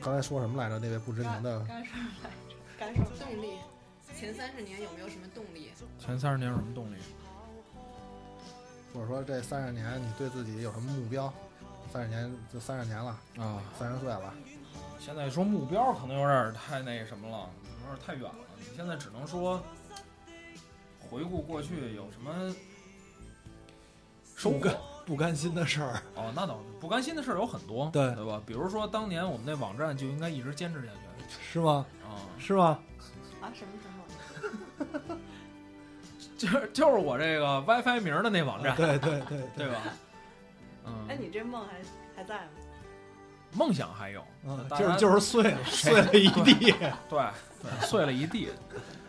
C: 刚才说什么来着？那位不知名的
E: 该说来着，
D: 干什么？
E: 动力。前三十年有没有什么动力？
B: 前三十年有什么动力？
C: 或者说这三十年你对自己有什么目标？三十年就三十年了，
B: 啊，
C: 三十岁了，
B: 现在说目标可能有点太那什么了，有点太远了。你现在只能说回顾过去有什么收
A: 不
B: 获
A: 甘。不甘心的事儿，
B: 哦，那倒是不甘心的事儿有很多，
A: 对
B: 对吧？比如说当年我们那网站就应该一直坚持下去
A: 是吗？
B: 啊、
A: 是吗？
D: 啊，什么什么？
B: 就是就是我这个 WiFi 名儿的那网站，
A: 对对对
B: 对吧？
D: 哎，
B: 嗯，
D: 你这梦还还在吗？
B: 梦想还有，
A: 嗯，
B: 当
A: 就是
B: 然
A: 就是碎了，碎了一地。
B: 对，对碎了一地。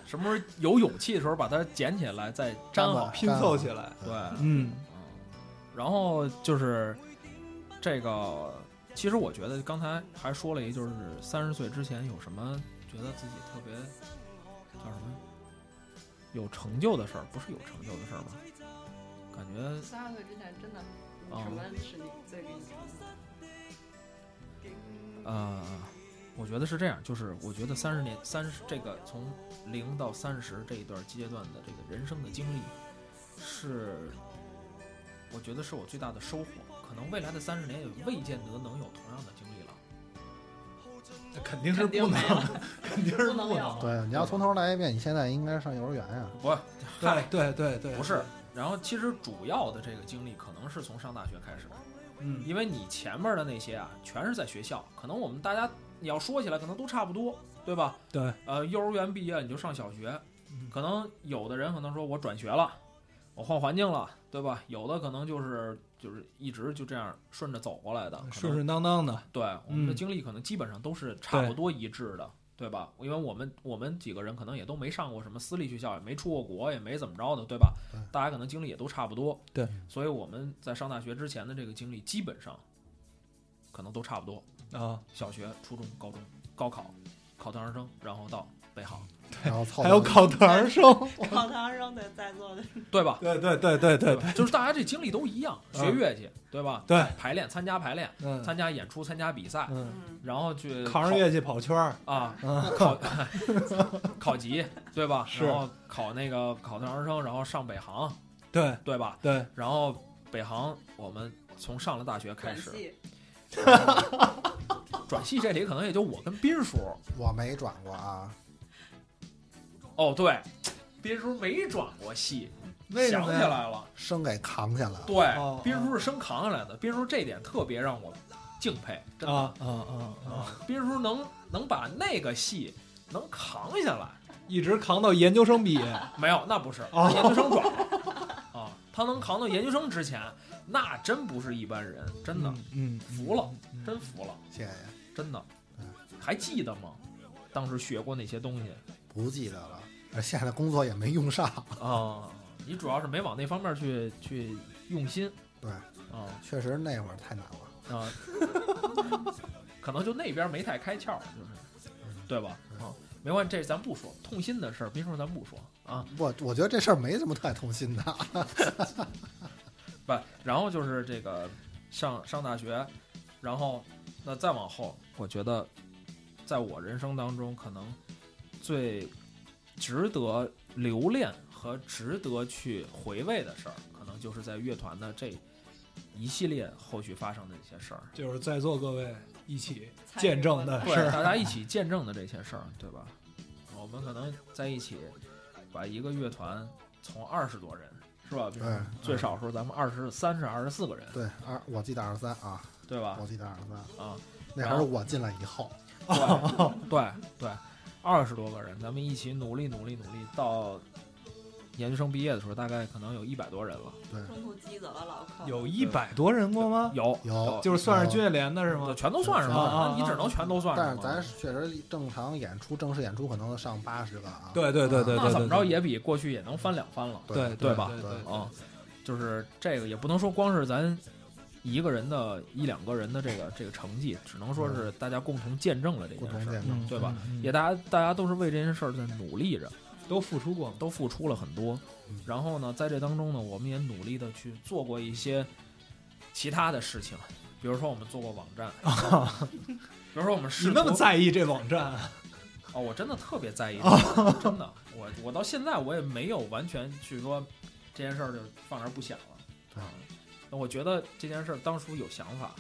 B: 什么时候有勇气的时候把它捡起来再粘好
C: 吧，
A: 拼凑起来。
B: 对，
A: 嗯
B: 嗯，然后就是这个，其实我觉得刚才还说了一，就是三十岁之前有什么觉得自己特别叫什么有成就的事儿，不是有成就的事儿吧？感觉
D: 三十岁之前真的，
B: 哦
D: 什么是你最给你成就 的？
B: 呃，我觉得是这样，就是我觉得三十年三十这个从零到三十这一段阶段的这个人生的经历，是我觉得是我最大的收获。可能未来的三十年也未见得能有同样的经历了。
A: 肯定是不能，肯定是
D: 不能
A: 能
D: 有。
C: 对，你要从头来一遍，你现在应该上幼儿园啊呀、
B: 不，
A: 对对对对，
B: 不是。然后其实主要的这个经历可能是从上大学开始，
A: 嗯，
B: 因为你前面的那些啊，全是在学校。可能我们大家你要说起来，可能都差不多，对吧？
A: 对，
B: 呃，幼儿园毕业你就上小学，
A: 嗯
B: 可能有的人可能说我转学了，我换环境了，对吧？有的可能就是就是一直就这样顺着走过来的，可能
A: 顺顺当当的。
B: 对我们的
A: 嗯
B: 经历可能基本上都是差
A: 对
B: 不多一致的，对吧？因为我们我们几个人可能也都没上过什么私立学校，也没出过国，也没怎么着的，对吧
C: 对？
B: 大家可能经历也都差不多，
A: 对，
B: 所以我们在上大学之前的这个经历基本上可能都差不多，
A: 啊，
B: 小学、初中、高中、高考，考特长生，然后到北航，
C: 然后凑
A: 还有
C: 到
A: 考特长生，
D: 考堂扔的在座的，
B: 对吧？
A: 对对对对对
B: 对吧？ 就是大家这经历都一样，
A: 嗯
B: 学乐器，对吧？
A: 对，
B: 排练、参加排练、
A: 嗯
B: 参加演出、参加比赛，
A: 嗯，
D: 嗯，
B: 然后去
A: 扛着乐器跑圈儿，
B: 考啊，
A: 嗯
B: 考考级，对吧？
A: 是
B: 然后考那个考特长生，然后上北航，
A: 对
B: 对吧？
A: 对，
B: 然后北航，我们从上了大学开
D: 转
B: 始
D: 系，
B: 转系，这里可能也就我跟斌叔。
C: 我没转过啊，
B: 哦，对，斌叔没转过系，
C: 为什
B: 想
C: 么
B: 起
C: 呀？
B: 来了，
C: 生给扛下来了。
A: 哦
B: 对，斌叔是生扛下来的，斌叔这点特别让我敬佩，真的。
A: 啊啊啊啊，
B: 啊，斌叔能能把那个戏能扛下来，
A: 一直扛到研究生毕业
B: 没有，那不是
A: 哦
B: 研究生转 了啊，他能扛到研究生之前，那真不是一般人， 真的，
A: 嗯，嗯
B: 服了，
A: 嗯
B: 真服了，
C: 谢谢，
B: 真的
C: 嗯，
B: 还记得吗？当时学过那些东西
C: 不记得了，而现在工作也没用上。
B: 啊，你主要是没往那方面去去用心
C: 对，
B: 啊
C: 确实那会儿太难了。
B: 啊， 可能就那边没太开窍，就是，对吧？
A: 嗯
B: 啊，没关系，这咱不说，痛心的事儿，斌叔咱不说啊。
C: 我我觉得这事儿没什么太痛心的。
B: 不，然后就是这个上上大学，然后那再往后，我觉得在我人生当中可能最值得留恋和值得去回味的事儿，可能就是在乐团的这一系列后续发生的一些事儿。
A: 嗯就是在座各位一起
D: 参与
A: 见证的
D: 过
B: 对，
A: 是
B: 大家一起见证的这些事儿，对吧？我们可能在一起把一个乐团从二十多人，是吧？比如
C: 对
B: 最少时候咱们二十三十、二十四个人，
C: 嗯对，二我记得二十三啊，
B: 对吧
C: 我？记得二十三，
B: 啊，
C: 那还是我进来以后，
B: 对对对，二十多个人，咱们一起努力努力努力，到研究生毕业的时候，大概可能有一百多人了。
D: 中途激走了老寇，
A: 有一百多人过吗？
B: 有
C: 有
A: 就是算是军乐联的是吗？
B: 全都算上
A: 啊啊啊
B: 嘛，那你只能全都算
C: 但
B: 上嘛。
C: 是咱确实正常演出、正式演出可能上八十个啊。
A: 对对对对
B: 那
A: 对
B: 怎么着
A: 对
B: 也比过去也能翻两番了
C: 对
A: 对
B: 对吧
A: 对对对
B: 啊。就是这个也不能说光是咱一个人的一两个人的这个这个成绩，只能说是大家共同见证了这
C: 共
B: 件
C: 同
B: 事儿
C: 见，证。
A: 嗯
B: 对 吧？
A: 嗯嗯
B: 也大家大家都是为这件事儿在努力着。
A: 都付出过吗？
B: 都付出了很多
C: 嗯。
B: 然后呢，在这当中呢，我们也努力的去做过一些其他的事情，比如说我们做过网站，比如说我们
A: 啊你
B: 试
A: 那么
B: 图
A: 在啊意这网站 啊？
B: 哦，我真的特别在意这个，真的，我我到现在我也没有完全去说这件事儿就放那儿不想了
C: 对
B: 啊。那我觉得这件事儿当初有想法，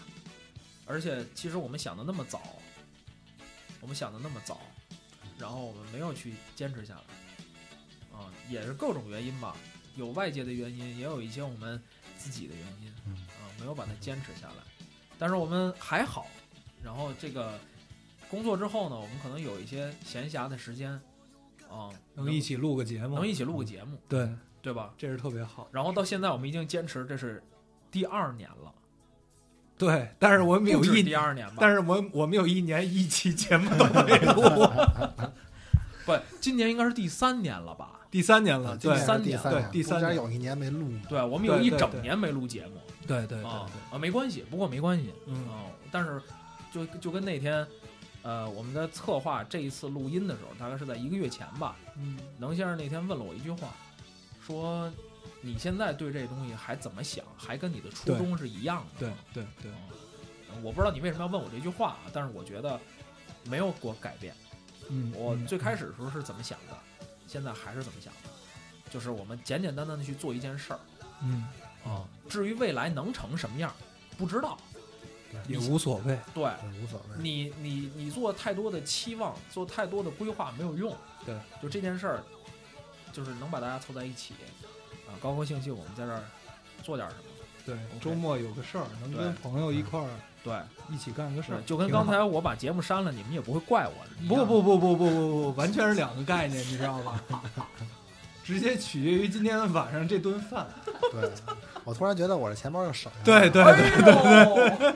B: 而且其实我们想的那么早，我们想的那么早，然后我们没有去坚持下来，啊，也是各种原因吧，有外界的原因，也有一些我们自己的原因，
C: 嗯
B: 啊，没有把它坚持下来。但是我们还好，然后这个工作之后呢，我们可能有一些闲暇的时间，啊、
A: 能一起录个节目？
B: 能一起录个节目，
A: 对，
B: 对吧？
A: 这是特别好。
B: 然后到现在我们已经坚持，这是第二年了，
A: 对，但是我们有
B: 不止
A: 一
B: 第二年吧？
A: 但是我我们有一年一期节目都 没录，
B: 不，今年应该是第三年了吧？
A: 第三年
C: 啊
A: 了，
C: 今
A: 对
C: 年是
B: 三
C: 第
B: 年
C: 三
A: 对
C: 年，
A: 第三
C: 中间
A: 年
C: 有一年没录呢。
B: 对，我们有
A: 对
B: 一
A: 对
B: 整
A: 对
B: 年没录节目
A: 对对对
B: 啊
A: 对，
B: 啊，没关系，不过没关系，
A: 嗯
B: 啊，但是就就跟那天，呃，我们在策划这一次录音的时候，大概是在一个月前吧，
A: 嗯，
B: 能先生那天问了我一句话，说你现在对这东西还怎么想？还跟你的初衷是一样的
A: 对
B: 吗？
A: 对对，
B: 嗯我不知道你为什么要问我这句话，啊，但是我觉得没有过改变。
A: 嗯，
B: 我
A: 嗯
B: 最开始的时候是怎么想的，现在还是怎么想的，就是我们简简单单的去做一件事儿
A: 嗯
B: 啊。至于未来能成什么样，不知道。
A: 也无所谓，
B: 对
C: 对，无所谓。
B: 你，你你做太多的期望，做太多的规划没有用。
A: 对，
B: 就这件事儿，就是能把大家凑在一起，啊，高高兴兴我们在这儿做点什么。
A: 对，
B: OK
A: 周末有个事儿，能
B: 对
A: 跟朋友一块儿
B: 对，
A: 一起干个事儿，
B: 就跟
A: 挺好
B: 刚才我把节目删了，你们也不会怪我。一
A: 不
B: 样
A: 不，不不不不不，完全是两个概念，你知道吧？ 直接取决于今天晚上这顿饭。
C: 对，我突然觉得我这钱包又省下来
A: 对对
C: 了
A: 对，
B: 对对。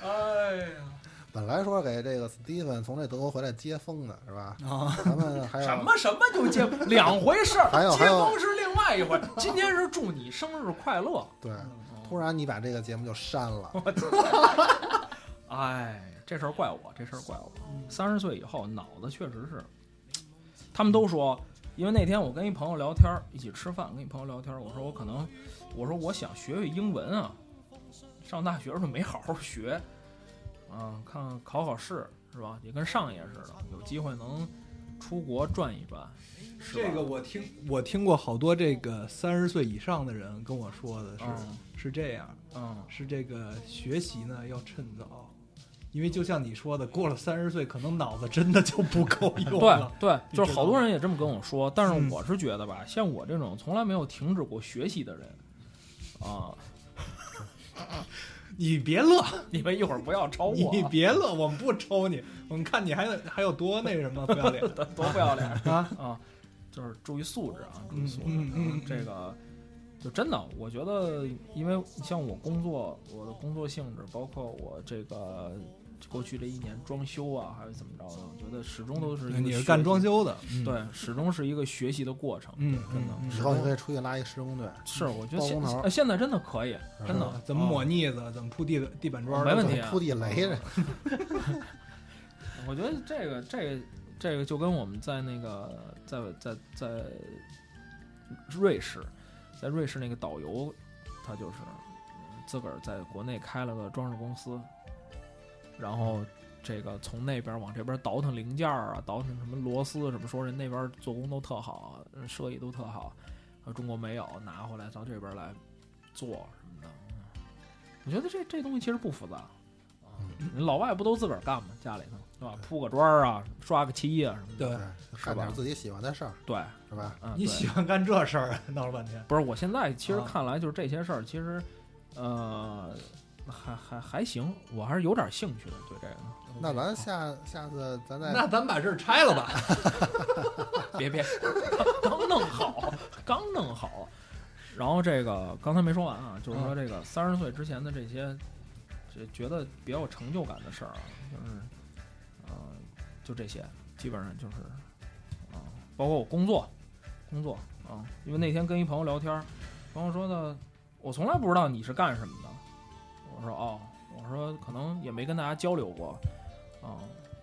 B: 哎呀，
C: 本来说给这个 Steven 从这德国回来接风的是吧？
A: 啊，
C: 咱们还有
B: 什么什么就 接两回事儿，
C: 哎还有
B: 接
C: 还有
B: 风是另外一回。今天是祝你生日快乐。
C: 对，突然你把这个节目就删了，
B: 哎，这事儿怪我，这事儿怪我。
C: 嗯
B: 三十岁以后，脑子确实是，他们都说，因为那天我跟一朋友聊天儿，一起吃饭，跟一朋友聊天儿，我说我可能，我说我想学学英文啊，上大学的时候没好好学，啊，看看考考试是吧？也跟上爷似的，有机会能出国转一转，是吧
A: 这个我听我听过好多这个三十岁以上的人跟我说的是、
B: 嗯
A: 是这样，
B: 嗯，
A: 是这个学习呢要趁早，因为就像你说的，过了三十岁可能脑子真的就不够用
B: 对
A: 了。
B: 对，
A: 你
B: 就是
A: 知
B: 好
A: 道
B: 多
A: 吗
B: 人也这么跟我说，但
A: 嗯
B: 是我是觉得吧，像我这种从来没有停止过学习的人，啊、
A: 你别乐，
B: 你们一会儿不要抽我，
A: 你别乐，我们不抽你，我们看你还还有多那什么不 要脸
B: 多不要脸
A: 啊！
B: 啊！就是注意素质啊，注意
A: 嗯
B: 素质。
A: 嗯嗯，
B: 这个就真的，我觉得，因为像我工作，我的工作性质，包括我这个过去这一年装修啊，还是怎么着的，我觉得始终都是一
A: 对
B: 个
A: 嗯你是
B: 学
A: 干
B: 习
A: 装，修的，嗯
B: 对，始终是一个学习的过程。
A: 嗯
B: 真的
A: 嗯嗯
C: 以后你可以出去拉一施工队，
B: 是，我觉得
C: 包工头
B: 现呃现在真的可以，真
A: 是吧
B: 的
A: 怎么抹
B: 啊
A: 腻子，怎么铺地地板砖，
B: 哦没问
C: 怎
B: 题啊
C: 么铺地雷着，
B: 我觉得这个这个这个就跟我们在那个在在在瑞士，在瑞士那个导游，他就是嗯自个儿在国内开了个装饰公司，然后这个从那边往这边倒腾零件儿啊，倒腾什么螺丝什么，说人那边做工都特好，呃设计都特好，呃，中国没有拿回来到这边来做什么的。嗯我觉得这这东西其实不复杂，啊，
A: 嗯
B: 老外不都自个儿干吗？家里头是吧？铺个砖儿啊，刷个漆啊什么的。
A: 对，
C: 对，干点自己喜欢的事儿，
B: 对，
C: 是吧？
B: 嗯，
A: 你
B: 对
A: 喜欢干这事儿，闹了半天。
B: 不是，我现在其实
A: 啊
B: 看来就是这些事儿，其实，呃，还还还行，我还是有点兴趣的对这个。
C: 那咱下下次咱再
A: 哦那咱把这儿拆了 吧。
B: 别别，刚 弄好，刚弄好。然后这个刚才没说完啊，就是
A: 嗯
B: 说这个三十岁之前的这些，这觉得比较有成就感的事儿啊，就是，呃，就这些，基本上就是，啊、包括我工作，工作啊、因为那天跟一朋友聊天儿，朋友说的，我从来不知道你是干什么的，我说哦，我说可能也没跟大家交流过，啊、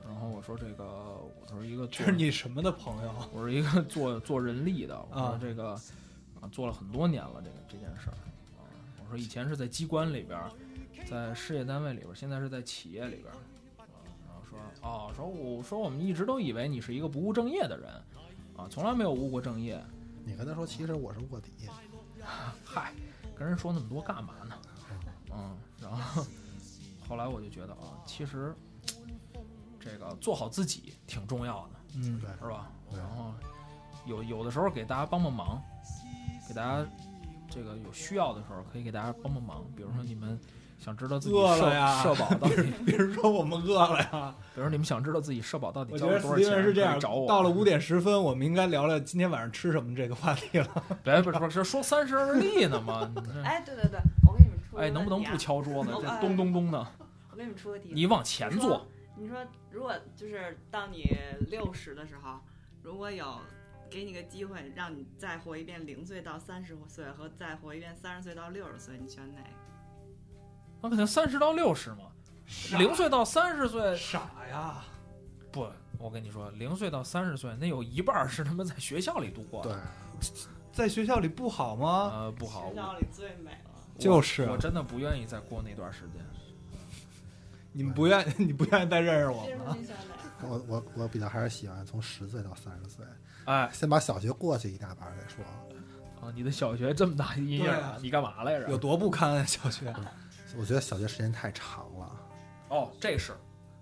B: 然后我说这个，我说一个
A: 这
B: 做
A: 是你什么的朋友？
B: 我是一个做做人力的，我说
A: 啊
B: 这个啊做了很多年了，这个这件事儿啊，我说以前是在机关里边儿，在事业单位里边儿，现在是在企业里边儿，啊，然后说哦，说我说我们一直都以为你是一个不务正业的人，啊，从来没有务过正业，
C: 你跟他说，其实我是卧底，
B: 嗨，跟人说那么多干嘛呢？嗯，然后后来我就觉得啊，其实这个做好自己挺重要的。
A: 嗯
C: 对，
B: 是吧？
C: 对
B: 然后有有的时候给大家帮帮忙，给大家这个有需要的时候可以给大家帮帮忙，比如说你们想知道自己
A: 饿
B: 社
A: 了呀
B: 社保到底，比
A: 比如说我们饿了呀，
B: 如说你们想知道自己社保到底
A: 我
B: 交
A: 觉得
B: 了
A: 史
B: 多少
A: 蒂文
B: 钱，
A: 是这
B: 可
A: 样
B: 以。找我。
A: 到了五点十分，我们应该聊聊今天晚上吃什么这个话题 了。
B: 哎，不是不是说三十而立呢吗？你这
D: 哎，对对对，我给你们出个
B: 哎，能不能
D: 问题啊
B: 不敲桌子？
D: 能
B: 这
D: 哎
B: 咚咚咚的，
D: 我给你们出个题，
B: 你往前坐。
D: 你说，如果就是到你六十的时候，如果有给你个机会，让你再活一遍零岁到三十岁和再活一遍三十岁到六十岁，你选哪个？
B: 那不行，三十到六十嘛，零岁到三十岁
A: 傻呀，
B: 不，我跟你说，零岁到三十岁那有一半儿是他妈在学校里度过的
C: 对，，
A: 在学校里不好吗？
B: 呃，不好，
D: 学校里最美了。
A: 就是啊
B: 我真的不愿意再过那段时间。
A: 你们不愿，你不愿意再认识我
D: 这
A: 们
D: 是
A: 了。
D: 你选哪个？
C: 我我我比较还是喜欢从十岁到三十岁，
B: 哎，
C: 先把小学过去一大把再说。
B: 啊，你的小学这么大阴影
A: 对
B: 儿
A: 啊，
B: 你干嘛来
A: 有
B: 着？
A: 多不堪啊，小学？
C: 我觉得小学时间太长了，
B: 哦，这是，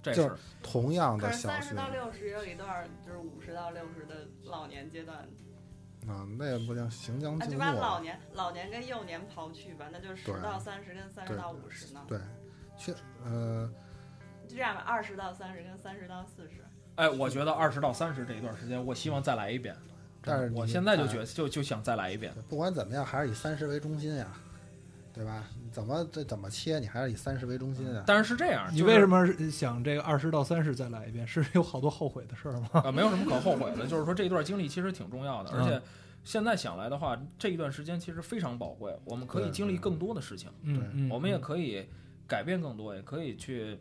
B: 这，
C: 就是同样
D: 可
C: 的
D: 是
C: 小
D: 三
C: 学
D: 十到六十有一段儿就是五十到六十的老年阶段，
C: 啊，那不叫行将
D: 啊，
C: 就
D: 就
C: 木
D: 把老年老年跟幼年刨去吧，那就十
C: 对
D: 到三十跟三十
C: 对
D: 到五十呢，
C: 对，确呃，
D: 就这样吧，二十到三十跟三十到四十。
B: 哎，我觉得二十到三十这一段时间，我希望再来一遍。真的
C: 但是
B: 我
C: 你
B: 现在就
C: 看
B: 觉得就就想再来一遍。
C: 不管怎么样，还是以三十为中心呀，对吧？你怎么这怎么切，你还是以三十为中心啊。
B: 但是是这样，
A: 你
B: 就是
A: 为什么想这个二十到三十再来一遍？是有好多后悔的事儿吗？
B: 啊，没有什么可后悔的，就是说这段经历其实挺重要的，而且
A: 嗯
B: 现在想来的话，这一段时间其实非常宝贵，我们可以
C: 对
B: 经历更多的事情，
A: 嗯嗯，
B: 我们也可以改变更多，也可以去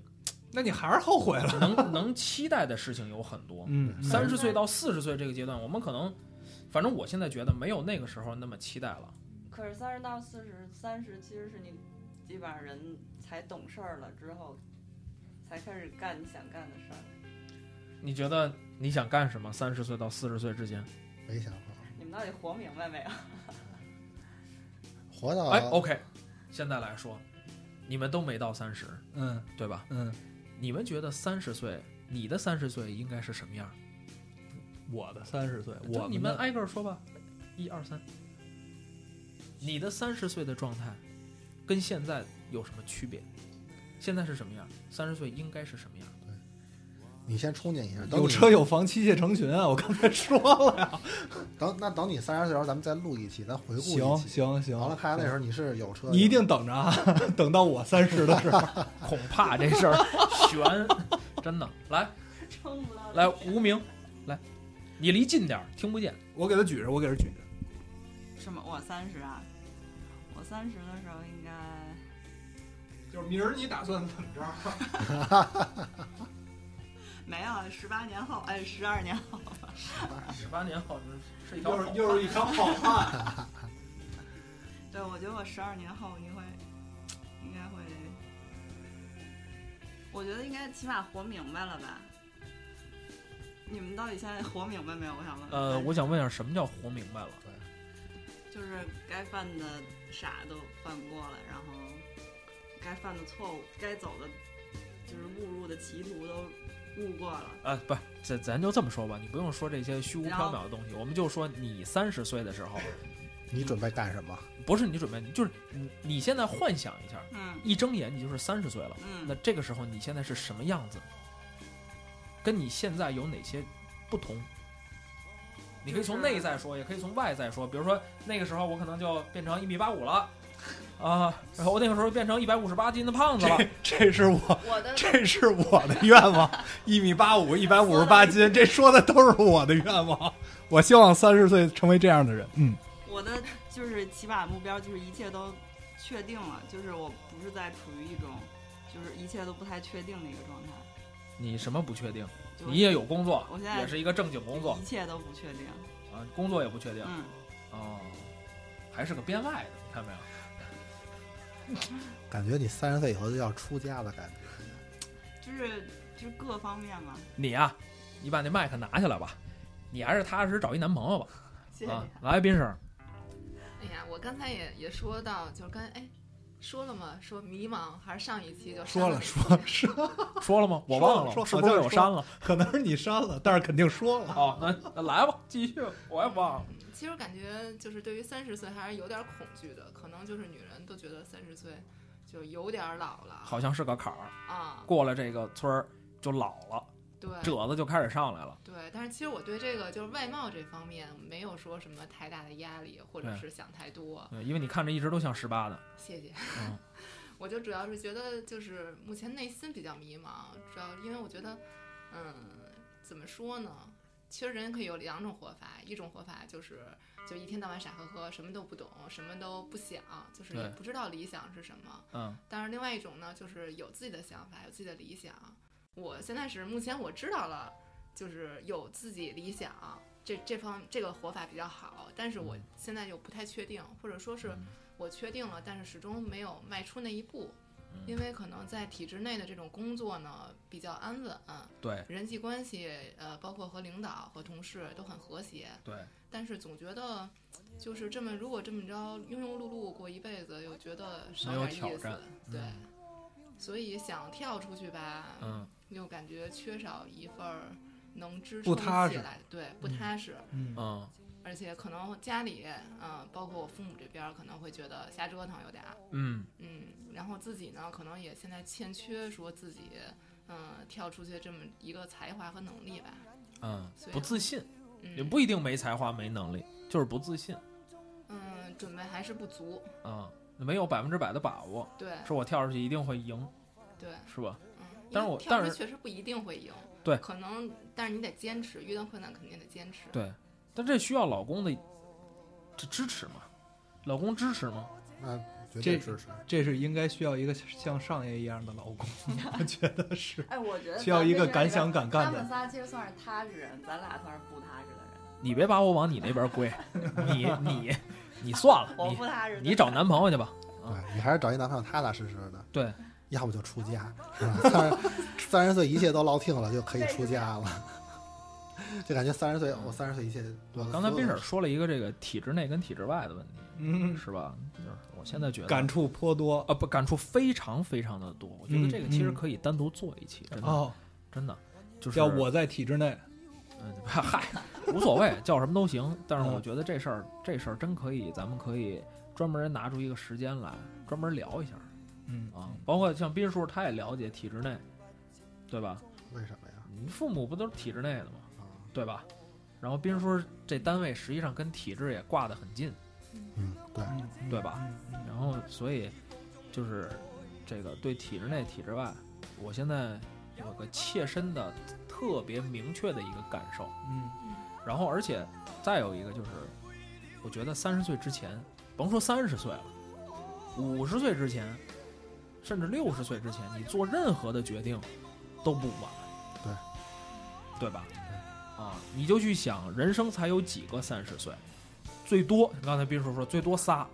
A: 那你还是后悔了。
B: 能 能期待的事情有很多。
A: 嗯，
B: 三十岁到四十岁这个阶段，我们可能，反正我现在觉得没有那个时候那么期待了。
D: 可是三十到四十，三十其实是你基本上人才懂事儿了之后，才开始干你想干的事儿。
B: 你觉得你想干什么？三十岁到四十岁之间，
C: 没想好，
D: 你们到底活明白没有？
C: 活到
B: 哎，OK，现
A: 哦
B: 在来说，你们都没到三十，
A: 嗯
B: 对吧？
A: 嗯，
B: 你们觉得三十岁，你的三十岁应该是什么样？
A: 我的三十岁，
B: 就
A: 我
B: 你们
A: 的
B: 挨个儿说吧，一二三，你的三十岁的状态跟现在有什么区别？现在是什么样？三十岁应该是什么样？
C: 你先憧憬一下，等
A: 有
C: 你
A: 车有房、妻妾成群啊！我刚才说了呀。
C: 等那等你三十岁的时候，咱们再录一期，咱回顾一期。
A: 行行行，
C: 完了，看来那时
A: 候
C: 候你是有车，
A: 你一定等着啊，等到我三十的时候。
B: 恐怕这事儿 悬，真的。来
D: 撑不到。
B: 来，无名，来，你离近点儿，听不见。
A: 我给他举着，我给他举着。
D: 什么？我三十啊？我三十的时候应该
A: 就是明儿你打算怎么着？
D: 没有，十八年后，哎，十二年后，
B: 十八年后是一
A: 又是又是一条好 汉。
D: 对我觉得我十二年后你会，应该会，我觉得应该起码活明白了吧？你们到底现在活明白没有？我想问。
B: 呃，我想问一下，什么叫活明白了？
D: 就是该犯的傻都犯过了，然后该犯的错误、该走的，就是误入的歧途都悟过了。
B: 啊，不是，咱咱就这么说吧，你不用说这些虚无缥缈的东西，我们就说你三十岁的时候，
C: 你准备干什么？
B: 不是你准备，就是你你现在幻想一下，
D: 嗯
B: 一睁眼你就是三十岁了，
D: 嗯，
B: 那这个时候你现在是什么样子？跟你现在有哪些不同？你可以从内在说，也可以从外在说。比如说那个时候我可能就变成一米八五了，啊，然后我那个时候变成一百五十八斤的胖子了，
A: 这是我，
E: 我的
A: 这是我的愿望，一米八五，一百五十八斤，这说的都是我的愿望。我希望三十岁成为这样的人。嗯，
D: 我的就是起码目标就是一切都确定了，就是我不是在处于一种就是一切都不太确定的一个状态。
B: 你什么不确定？
D: 就
B: 你也有工作
D: 我现，在
B: 也是一个正经工作
D: 一切都不确定。
B: 啊，工作也不确定。
D: 嗯，
B: 哦，还是个编外的，你看没有？
C: 感觉你三十岁以后就要出家的感觉。
D: 就是就是各方面嘛。
B: 你呀、你把那麦克拿下来吧，你还是踏踏实实找一男朋友吧。
D: 谢谢
B: 啊
D: 你。，
B: 来，斌婶，
E: 哎呀，我刚才也也说到，就是刚才哎，说了吗？说迷茫还是上一期就
A: 说了
E: 了
A: 说说，
B: 说了吗？我
A: 说了
B: 忘
A: 说了
B: 是不是我删了？
A: 可能是你删了，但是肯定说了。
B: 哦，那那来吧，继续，我也忘了。
E: 嗯其实我感觉就是对于三十岁还是有点恐惧的，可能就是女人都觉得三十岁就有点老了。
B: 好像是个坎儿，
E: 啊，
B: 过了这个村儿就老了，
E: 对
B: 褶子就开始上来了。
E: 对，但是其实我对这个就是外貌这方面没有说什么太大的压力，或者
B: 对
E: 是想太多。
B: 对，因为你看着一直都像十八的。
E: 谢谢。
B: 嗯
E: 我就主要是觉得，就是目前内心比较迷茫，主要因为我觉得，嗯，怎么说呢？其实人可以有两种活法，一种活法就是就一天到晚傻呵呵，什么都不懂，什么都不想，就是也
B: 对
E: 不知道理想是什么。
B: 嗯，
E: 但是另外一种呢，就是有自己的想法，有自己的理想。我现在是目前我知道了，就是有自己理想这这方这个活法比较好，但是我现在又不太确定，或者说是
B: 嗯
E: 我确定了，但是始终没有迈出那一步
B: 嗯，
E: 因为可能在体制内的这种工作呢比较安稳，
B: 对
E: 人际关系呃包括和领导和同事都很和谐，
B: 对，
E: 但是总觉得就是这么，如果这么着庸庸碌碌过一辈子，又觉得少
B: 没有
E: 点
B: 挑
E: 意思
B: 战，
E: 对
B: 嗯。
E: 所以想跳出去吧，
B: 嗯，
E: 又感觉缺少一份儿能支
A: 不
E: 撑
A: 踏
E: 起
A: 实
E: 来，对，不
A: 嗯
E: 踏实。
A: 嗯，
B: 嗯
E: 而且可能家里，嗯，包括我父母这边儿可能会觉得瞎折腾有点儿，
B: 嗯
E: 嗯，然后自己呢，可能也现在欠缺说自己，嗯，跳出去这么一个才华和能力吧，
B: 嗯
E: 所，以
B: 不自信也
E: 嗯
B: 不一定没才华没能力，就是不自信。
E: 嗯，准备还是不足，
B: 嗯，没有百分之百的把握，
E: 对
B: 是我跳出去一定会赢，
E: 对，
B: 是吧？
E: 嗯，因
B: 但是
E: 为
B: 我
E: 跳
B: 但
E: 出去
B: 是
E: 确实不一定会赢，
B: 对
E: 可能，但是你得坚持，遇到困难肯定得坚持，
B: 对，但这需要老公的这支持吗？老公支持吗？
C: 那绝对
A: 这
C: 支持。
A: 这是应该需要一个像上爷一样的老 公，我觉得是
D: 哎，我觉得
A: 需要一个敢想
D: 想
A: 敢干
D: 他们
A: 的。
D: 仨其实算是踏实人，咱俩算是不踏实的人。
B: 你别把我往你那边归，你你你算了，
D: 我
B: 你
D: 不踏实。
B: 你找男朋友去吧。啊
C: 对你还是找一男朋友踏踏实实的，
B: 对，
C: 要不就出家，是吧？三十三十 岁一切都落定了，就可以出家了。 就感觉三十岁，我三十岁一切。我
B: 刚才
C: 所
B: 斌
C: 有
B: 婶说了一个这个体制内跟体制外的问题，
A: 嗯，
B: 是吧？就是我现在觉得
A: 感触颇多
B: 啊不感触非常非常的多，我觉得
A: 嗯
B: 这个其实
A: 嗯
B: 可以单独做一期，真的
A: 哦，
B: 真的就是
A: 叫我在体制内。
B: 嗯嗨无所谓，叫什么都行。但是
A: 嗯
B: 我觉得这事儿这事儿真可以，咱们可以专门拿出一个时间来专门聊一下
A: 嗯
B: 啊。包括像斌叔他也了解体制内，对吧？
C: 为什么呀？
B: 你父母不都是体制内的吗？
C: 啊，
B: 对吧？然后斌叔这单位实际上跟体制也挂得很近，
C: 嗯，对，
A: 嗯，嗯
B: 对吧？
A: 嗯嗯
B: 然后所以就是这个对体制内、体制外，我现在有个切身的、特别明确的一个感受。
A: 嗯
B: 然后而且再有一个就是，我觉得三十岁之前，甭说三十岁了，五十岁之前，甚至六十岁之前，你做任何的决定都不晚，
C: 对，
B: 对吧？啊，你就去想，人生才有几个三十岁，最多，刚才斌叔说最多仨，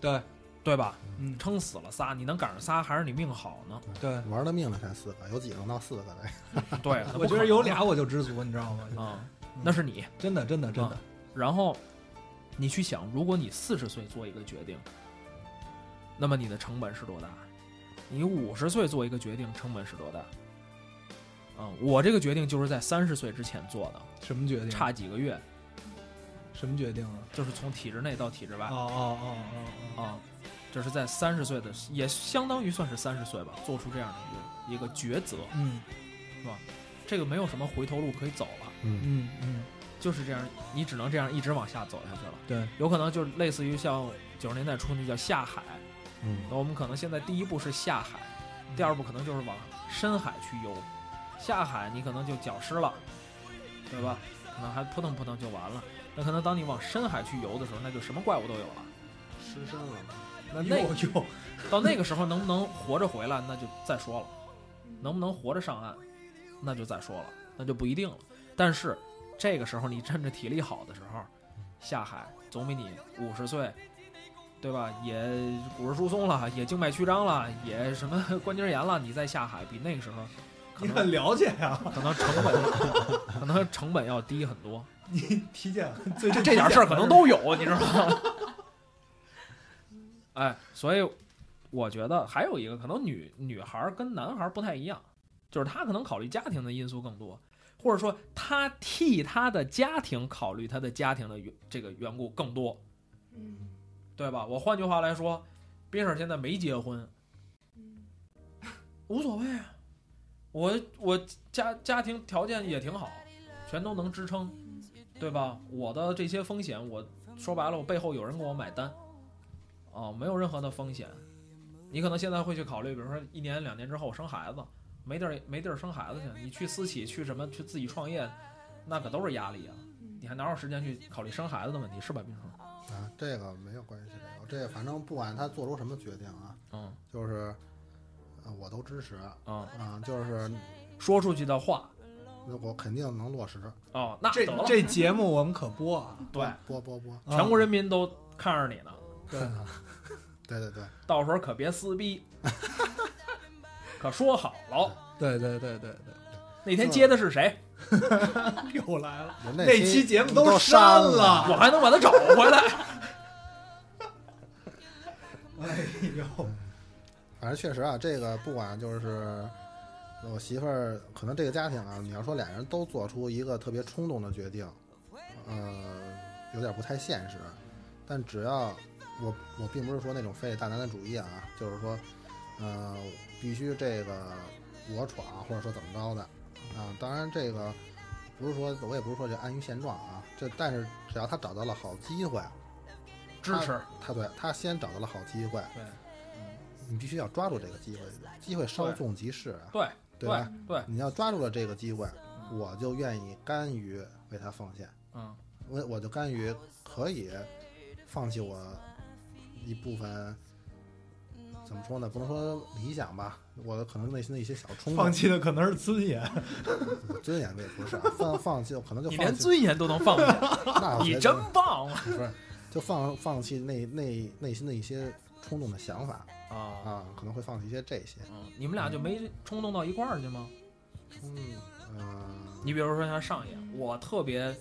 A: 对，
B: 对吧？
A: 嗯，
B: 撑死了仨，你能赶上仨，还是你命好呢？
A: 对，
C: 玩了命了才四个，有几个能到四个的？
B: 对，那
A: 啊我
B: 不
A: 觉
B: 可
A: 得
B: 能
A: 有俩我就知足，你知道吗？
B: 啊、那是你。
A: 真的，真的，真的
B: 啊，然后你去想，如果你四十岁做一个决定，那么你的成本是多大？你五十岁做一个决定，成本是多大？啊、我这个决定就是在三十岁之前做的，
A: 什么决定？啊
B: 差几个月，
A: 什么决定啊？
B: 就是从体制内到体制外啊、
A: 哦哦哦哦哦，
B: 这是在三十岁的，也相当于算是三十岁吧，做出这样的一个一个抉择，
A: 嗯
B: 这个没有什么回头路可以走了，
A: 嗯嗯，
B: 就是这样，你只能这样一直往下走下去了。
A: 对，
B: 有可能就类似于像九十年代初那叫下海，
C: 嗯，
B: 那我们可能现在第一步是下海，第二步可能就是往深海去游。下海你可能就脚湿了，对吧？可能还扑腾扑腾就完了。那可能当你往深海去游的时候，那就什么怪物都有了。
C: 失身了，
B: 那那
A: 有有，
B: 到那个时候能不能活着回来，那就再说了；能不能活着上岸，那就再说了，那就不一定了。但是这个时候你趁着体力好的时候下海，总比你五十岁，对吧？也骨质疏松了，也静脉曲张了，也什么 关节炎了，你再下海，比那个时候可
A: 你很
B: 能
A: 了解啊呀，
B: 可能成本 可能成本要低很多。
A: 你 体检最
B: 这点事儿可能都有，你知道吗？哎，所以我觉得还有一个可能女女孩儿跟男孩儿不太一样，就是她可能考虑家庭的因素更多，或者说她替她的家庭考虑她的家庭的原这个缘故更多，
E: 嗯
B: 对吧？我换句话来说，冰婶现在没结婚，
E: 嗯
B: 无所谓啊，我我家家庭条件也挺好，全都能支撑，对吧？我的这些风险，我说白了，我背后有人给我买单，啊，没有任何的风险。你可能现在会去考虑，比如说一年两年之后生孩子，没地儿没地儿生孩子去，你去私企去什么去自己创业，那可都是压力啊，你还哪有时间去考虑生孩子的问题，是吧，冰叔？
C: 啊，这个没有关系，这个这个反正不管他做出什么决定啊，
B: 嗯
C: 就是呃我都支持啊、
B: 嗯，
C: 就是
B: 说出去的话
C: 我肯定能落实，
B: 哦，那
A: 这
B: 得了，
A: 这节目我们可播啊，
B: 对，
C: 播播播，
A: 啊
B: 全国人民都看着你呢。
A: 对
C: 对对对，
B: 到时候可别撕逼， 可说好了，
A: 对对对对 对，
B: 那天接的是谁，
A: 又来了，
C: 我
A: 那
C: 期
A: 期节目
C: 都
A: 删
C: 删
A: 了
B: 我还能把他找回来。
A: 哎呦，
C: 反正确实啊，这个不管就是我媳妇儿，可能这个家庭啊，你要说俩人都做出一个特别冲动的决定，呃，有点不太现实。但只要我我并不是说那种非得大男子主义啊，就是说，呃，必须这个我闯，或者说怎么着的啊、当然，这个不是说我也不是说这安于现状啊，这但是只要他找到了好机会，啊
B: 支持，
C: 他对他先找到了好机会，
B: 对
C: 你必须要抓住这个机会，机会稍纵即逝啊，
B: 对
C: 对吧？
B: 对，
C: 你要抓住了这个机会，我就愿意甘于为他奉献，
B: 嗯
C: 我我就甘于可以放弃我一部分，怎么说呢？不能说理想吧，我可能内心的一些小
B: 嗯
C: 冲
A: 放
C: 动，
A: 弃的可能是啊尊严，
C: 尊严也 不是、啊，放放弃，可能就
B: 你
C: 放
B: 连
C: 弃，
B: 尊严都能放下，
C: 那我觉
B: 你
C: 得
B: 真棒啊！
C: 不是，就放放弃内内内心的一些冲动的想法啊，可能会放弃一些这些，
B: 嗯，你们俩就没冲动到一块儿去吗？
C: 嗯嗯。
B: 你比如说像上野，我特别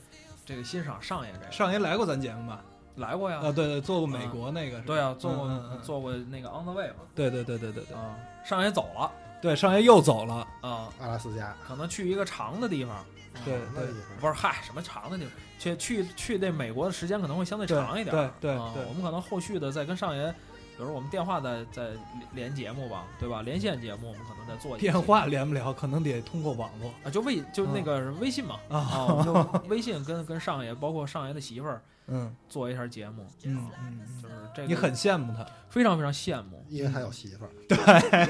B: 这个欣赏 上野这个，
A: 上爷来过咱节目吧？
B: 来过呀，
A: 啊，对对，做过美国那个，
B: 对啊，做
A: 嗯嗯
B: 过
A: 嗯
B: 做过那个 On the Way 嘛，
A: 对对对对对对
B: 啊，上野走了
A: 对，上爷又走了，
B: 啊，
C: 阿拉斯加，
B: 可能去一个长的地方，
A: 对
C: 啊那
A: 对
C: 地方
B: 不是嗨，什么长的地方，去去去那美国的时间可能会相对长一点
A: 对
B: 儿。
A: 对
B: 啊
A: 对
B: 我们可能后续的再跟上爷，比如说我们电话再再连连节目吧，对吧？连线节目我们可能再做一期
A: 电话连不了，可能得通过网络
B: 啊，就微就那个微信嘛
A: 啊。
B: 啊，我们就微信跟跟上爷，包括上爷的媳妇儿
A: 嗯
B: 做一下节目，啊
A: 嗯嗯，
B: 就
A: 嗯
B: 是这个
A: 你很羡慕他，
B: 非常非常羡慕，
C: 因为他有媳妇儿，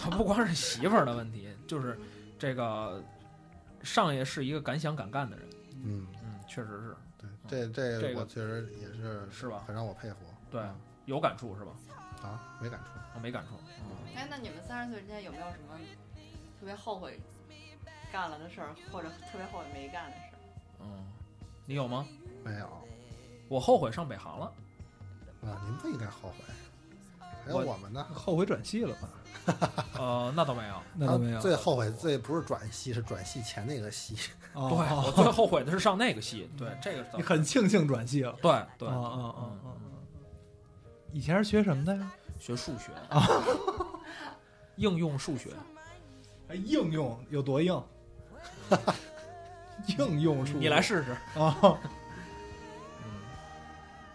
B: 他不光是媳妇儿的问题，就是这个上爷是一个敢想敢干的人，
C: 嗯，
B: 嗯，确实是
C: 对，这
B: 这
C: 这
B: 个
C: 我确实也是
B: 是吧？
C: 很让我佩服嗯
B: 对，有感触是吧？
C: 啊，没敢说，
B: 我没感触，嗯
D: 哎，那你们三十岁之间有没有什么特别后悔干了的事儿，或者特别后悔没干的事儿？
B: 嗯，你有吗？
C: 没有
B: 我后悔上北航了。
C: 啊，您不应该后悔，还有
B: 我
C: 我们呢，
A: 后悔转系了吧？
B: 呃，那倒没有。
A: 那倒没有。
C: 啊最后悔最不是转系，是转系前那个系。
A: 哦
B: 对，
A: 哦
B: 我最后悔的是上那个 戏。对，这个是
A: 你很庆幸转系了。
B: 对对嗯
A: 啊，啊啊啊！啊以前是学什么的呀？
B: 学数学，
A: 哦
B: 应用数学，
A: 哎应用有多硬？ 应用数嗯
B: 你来试试。
A: 啊？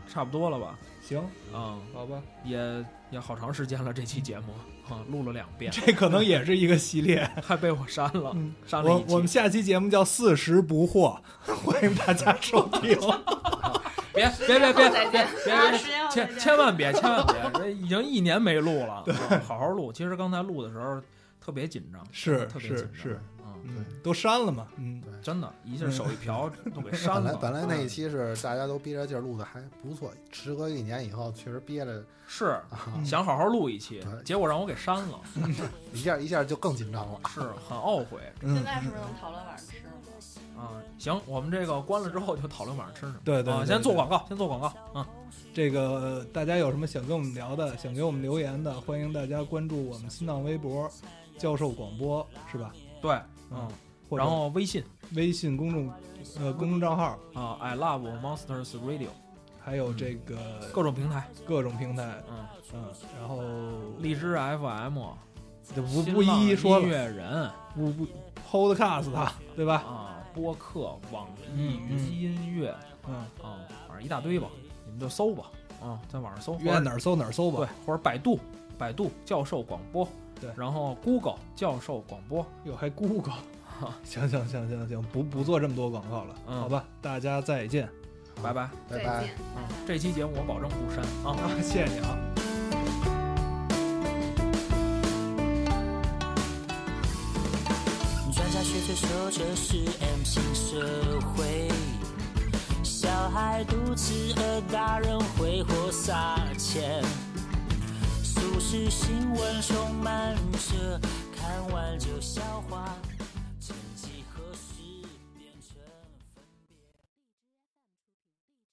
B: 差不多了吧？
A: 行，
B: 嗯，
A: 好吧，
B: 也也好长时间了，这期节目啊，录了两遍，
A: 嗯这可能也是一个系 列。
B: 还被我删了，
A: 嗯，
B: 删了
A: 我
B: 一期。
A: 我们下期节目叫“四十不惑”， 欢迎大家收 听。
B: 别别别别别别
D: 啊
B: 别
D: 时间，
B: 千千万别千万别，这已经一年没录了，啊好好录。其实刚才录的时候特别紧张，
A: 是
B: 特别紧
A: 是
B: 张
A: 是，
B: 嗯，
A: 嗯，都删了嘛，嗯，
B: 真的，一下手一瓢都给删
C: 本来
B: 了。
C: 本来那一期是大家都憋着劲儿录的，还不错。时隔一年以后，确实憋着
B: 是
C: 啊，
B: 想好好录一期，
C: 对
B: 结果让我给删了，
C: 一下一下就更紧张了。
B: 是很懊悔
A: 嗯
D: 现，在是不是能讨论晚上吃了吗？
B: 啊。行，我们这个关了之后就讨论晚上吃什么。
A: 对对
B: 啊，
A: 对
B: 先做
A: 对
B: 广告，先做广告啊。
A: 这个呃大家有什么想跟我们聊的，想给我们留言的，欢迎大家关注我们新浪微博“教授广播”，是吧？
B: 对，嗯，
A: 或者
B: 然后微信
A: 微信公众呃公众账号，
B: 啊，I love monsters radio，
A: 还有这个
B: 各种平台，
A: 各种平台，
B: 嗯，
A: 嗯，然后
B: 荔枝 FM，
A: 就不
B: 新
A: 不
B: 浪
A: 一一说
B: 音
A: 了，
B: 乐人
A: 不不 Podcast 它，对吧？
B: 啊，播客、网易
A: 嗯
B: 云
A: 嗯
B: 音乐
A: 嗯，
B: 啊，反正一大堆吧，你们就搜吧，啊，在网上搜，
A: 愿哪儿搜哪儿搜
B: 对
A: 吧。，
B: 或者百度，百度教授广播，
A: 对
B: 然后 Google 教授广播，
A: 哟，还 Google，行行行行行，不不做这么多广告了，
B: 啊嗯
A: 好吧？大家再见
B: 拜拜。
C: 拜
E: 再
C: 拜
E: 见。。
B: 嗯，这期节目我保证不删啊。
A: 啊！谢谢你啊。
F: 专家学者说这是 M 型社会，小孩独吃而大人挥霍撒钱，俗世新闻充满着，看完就笑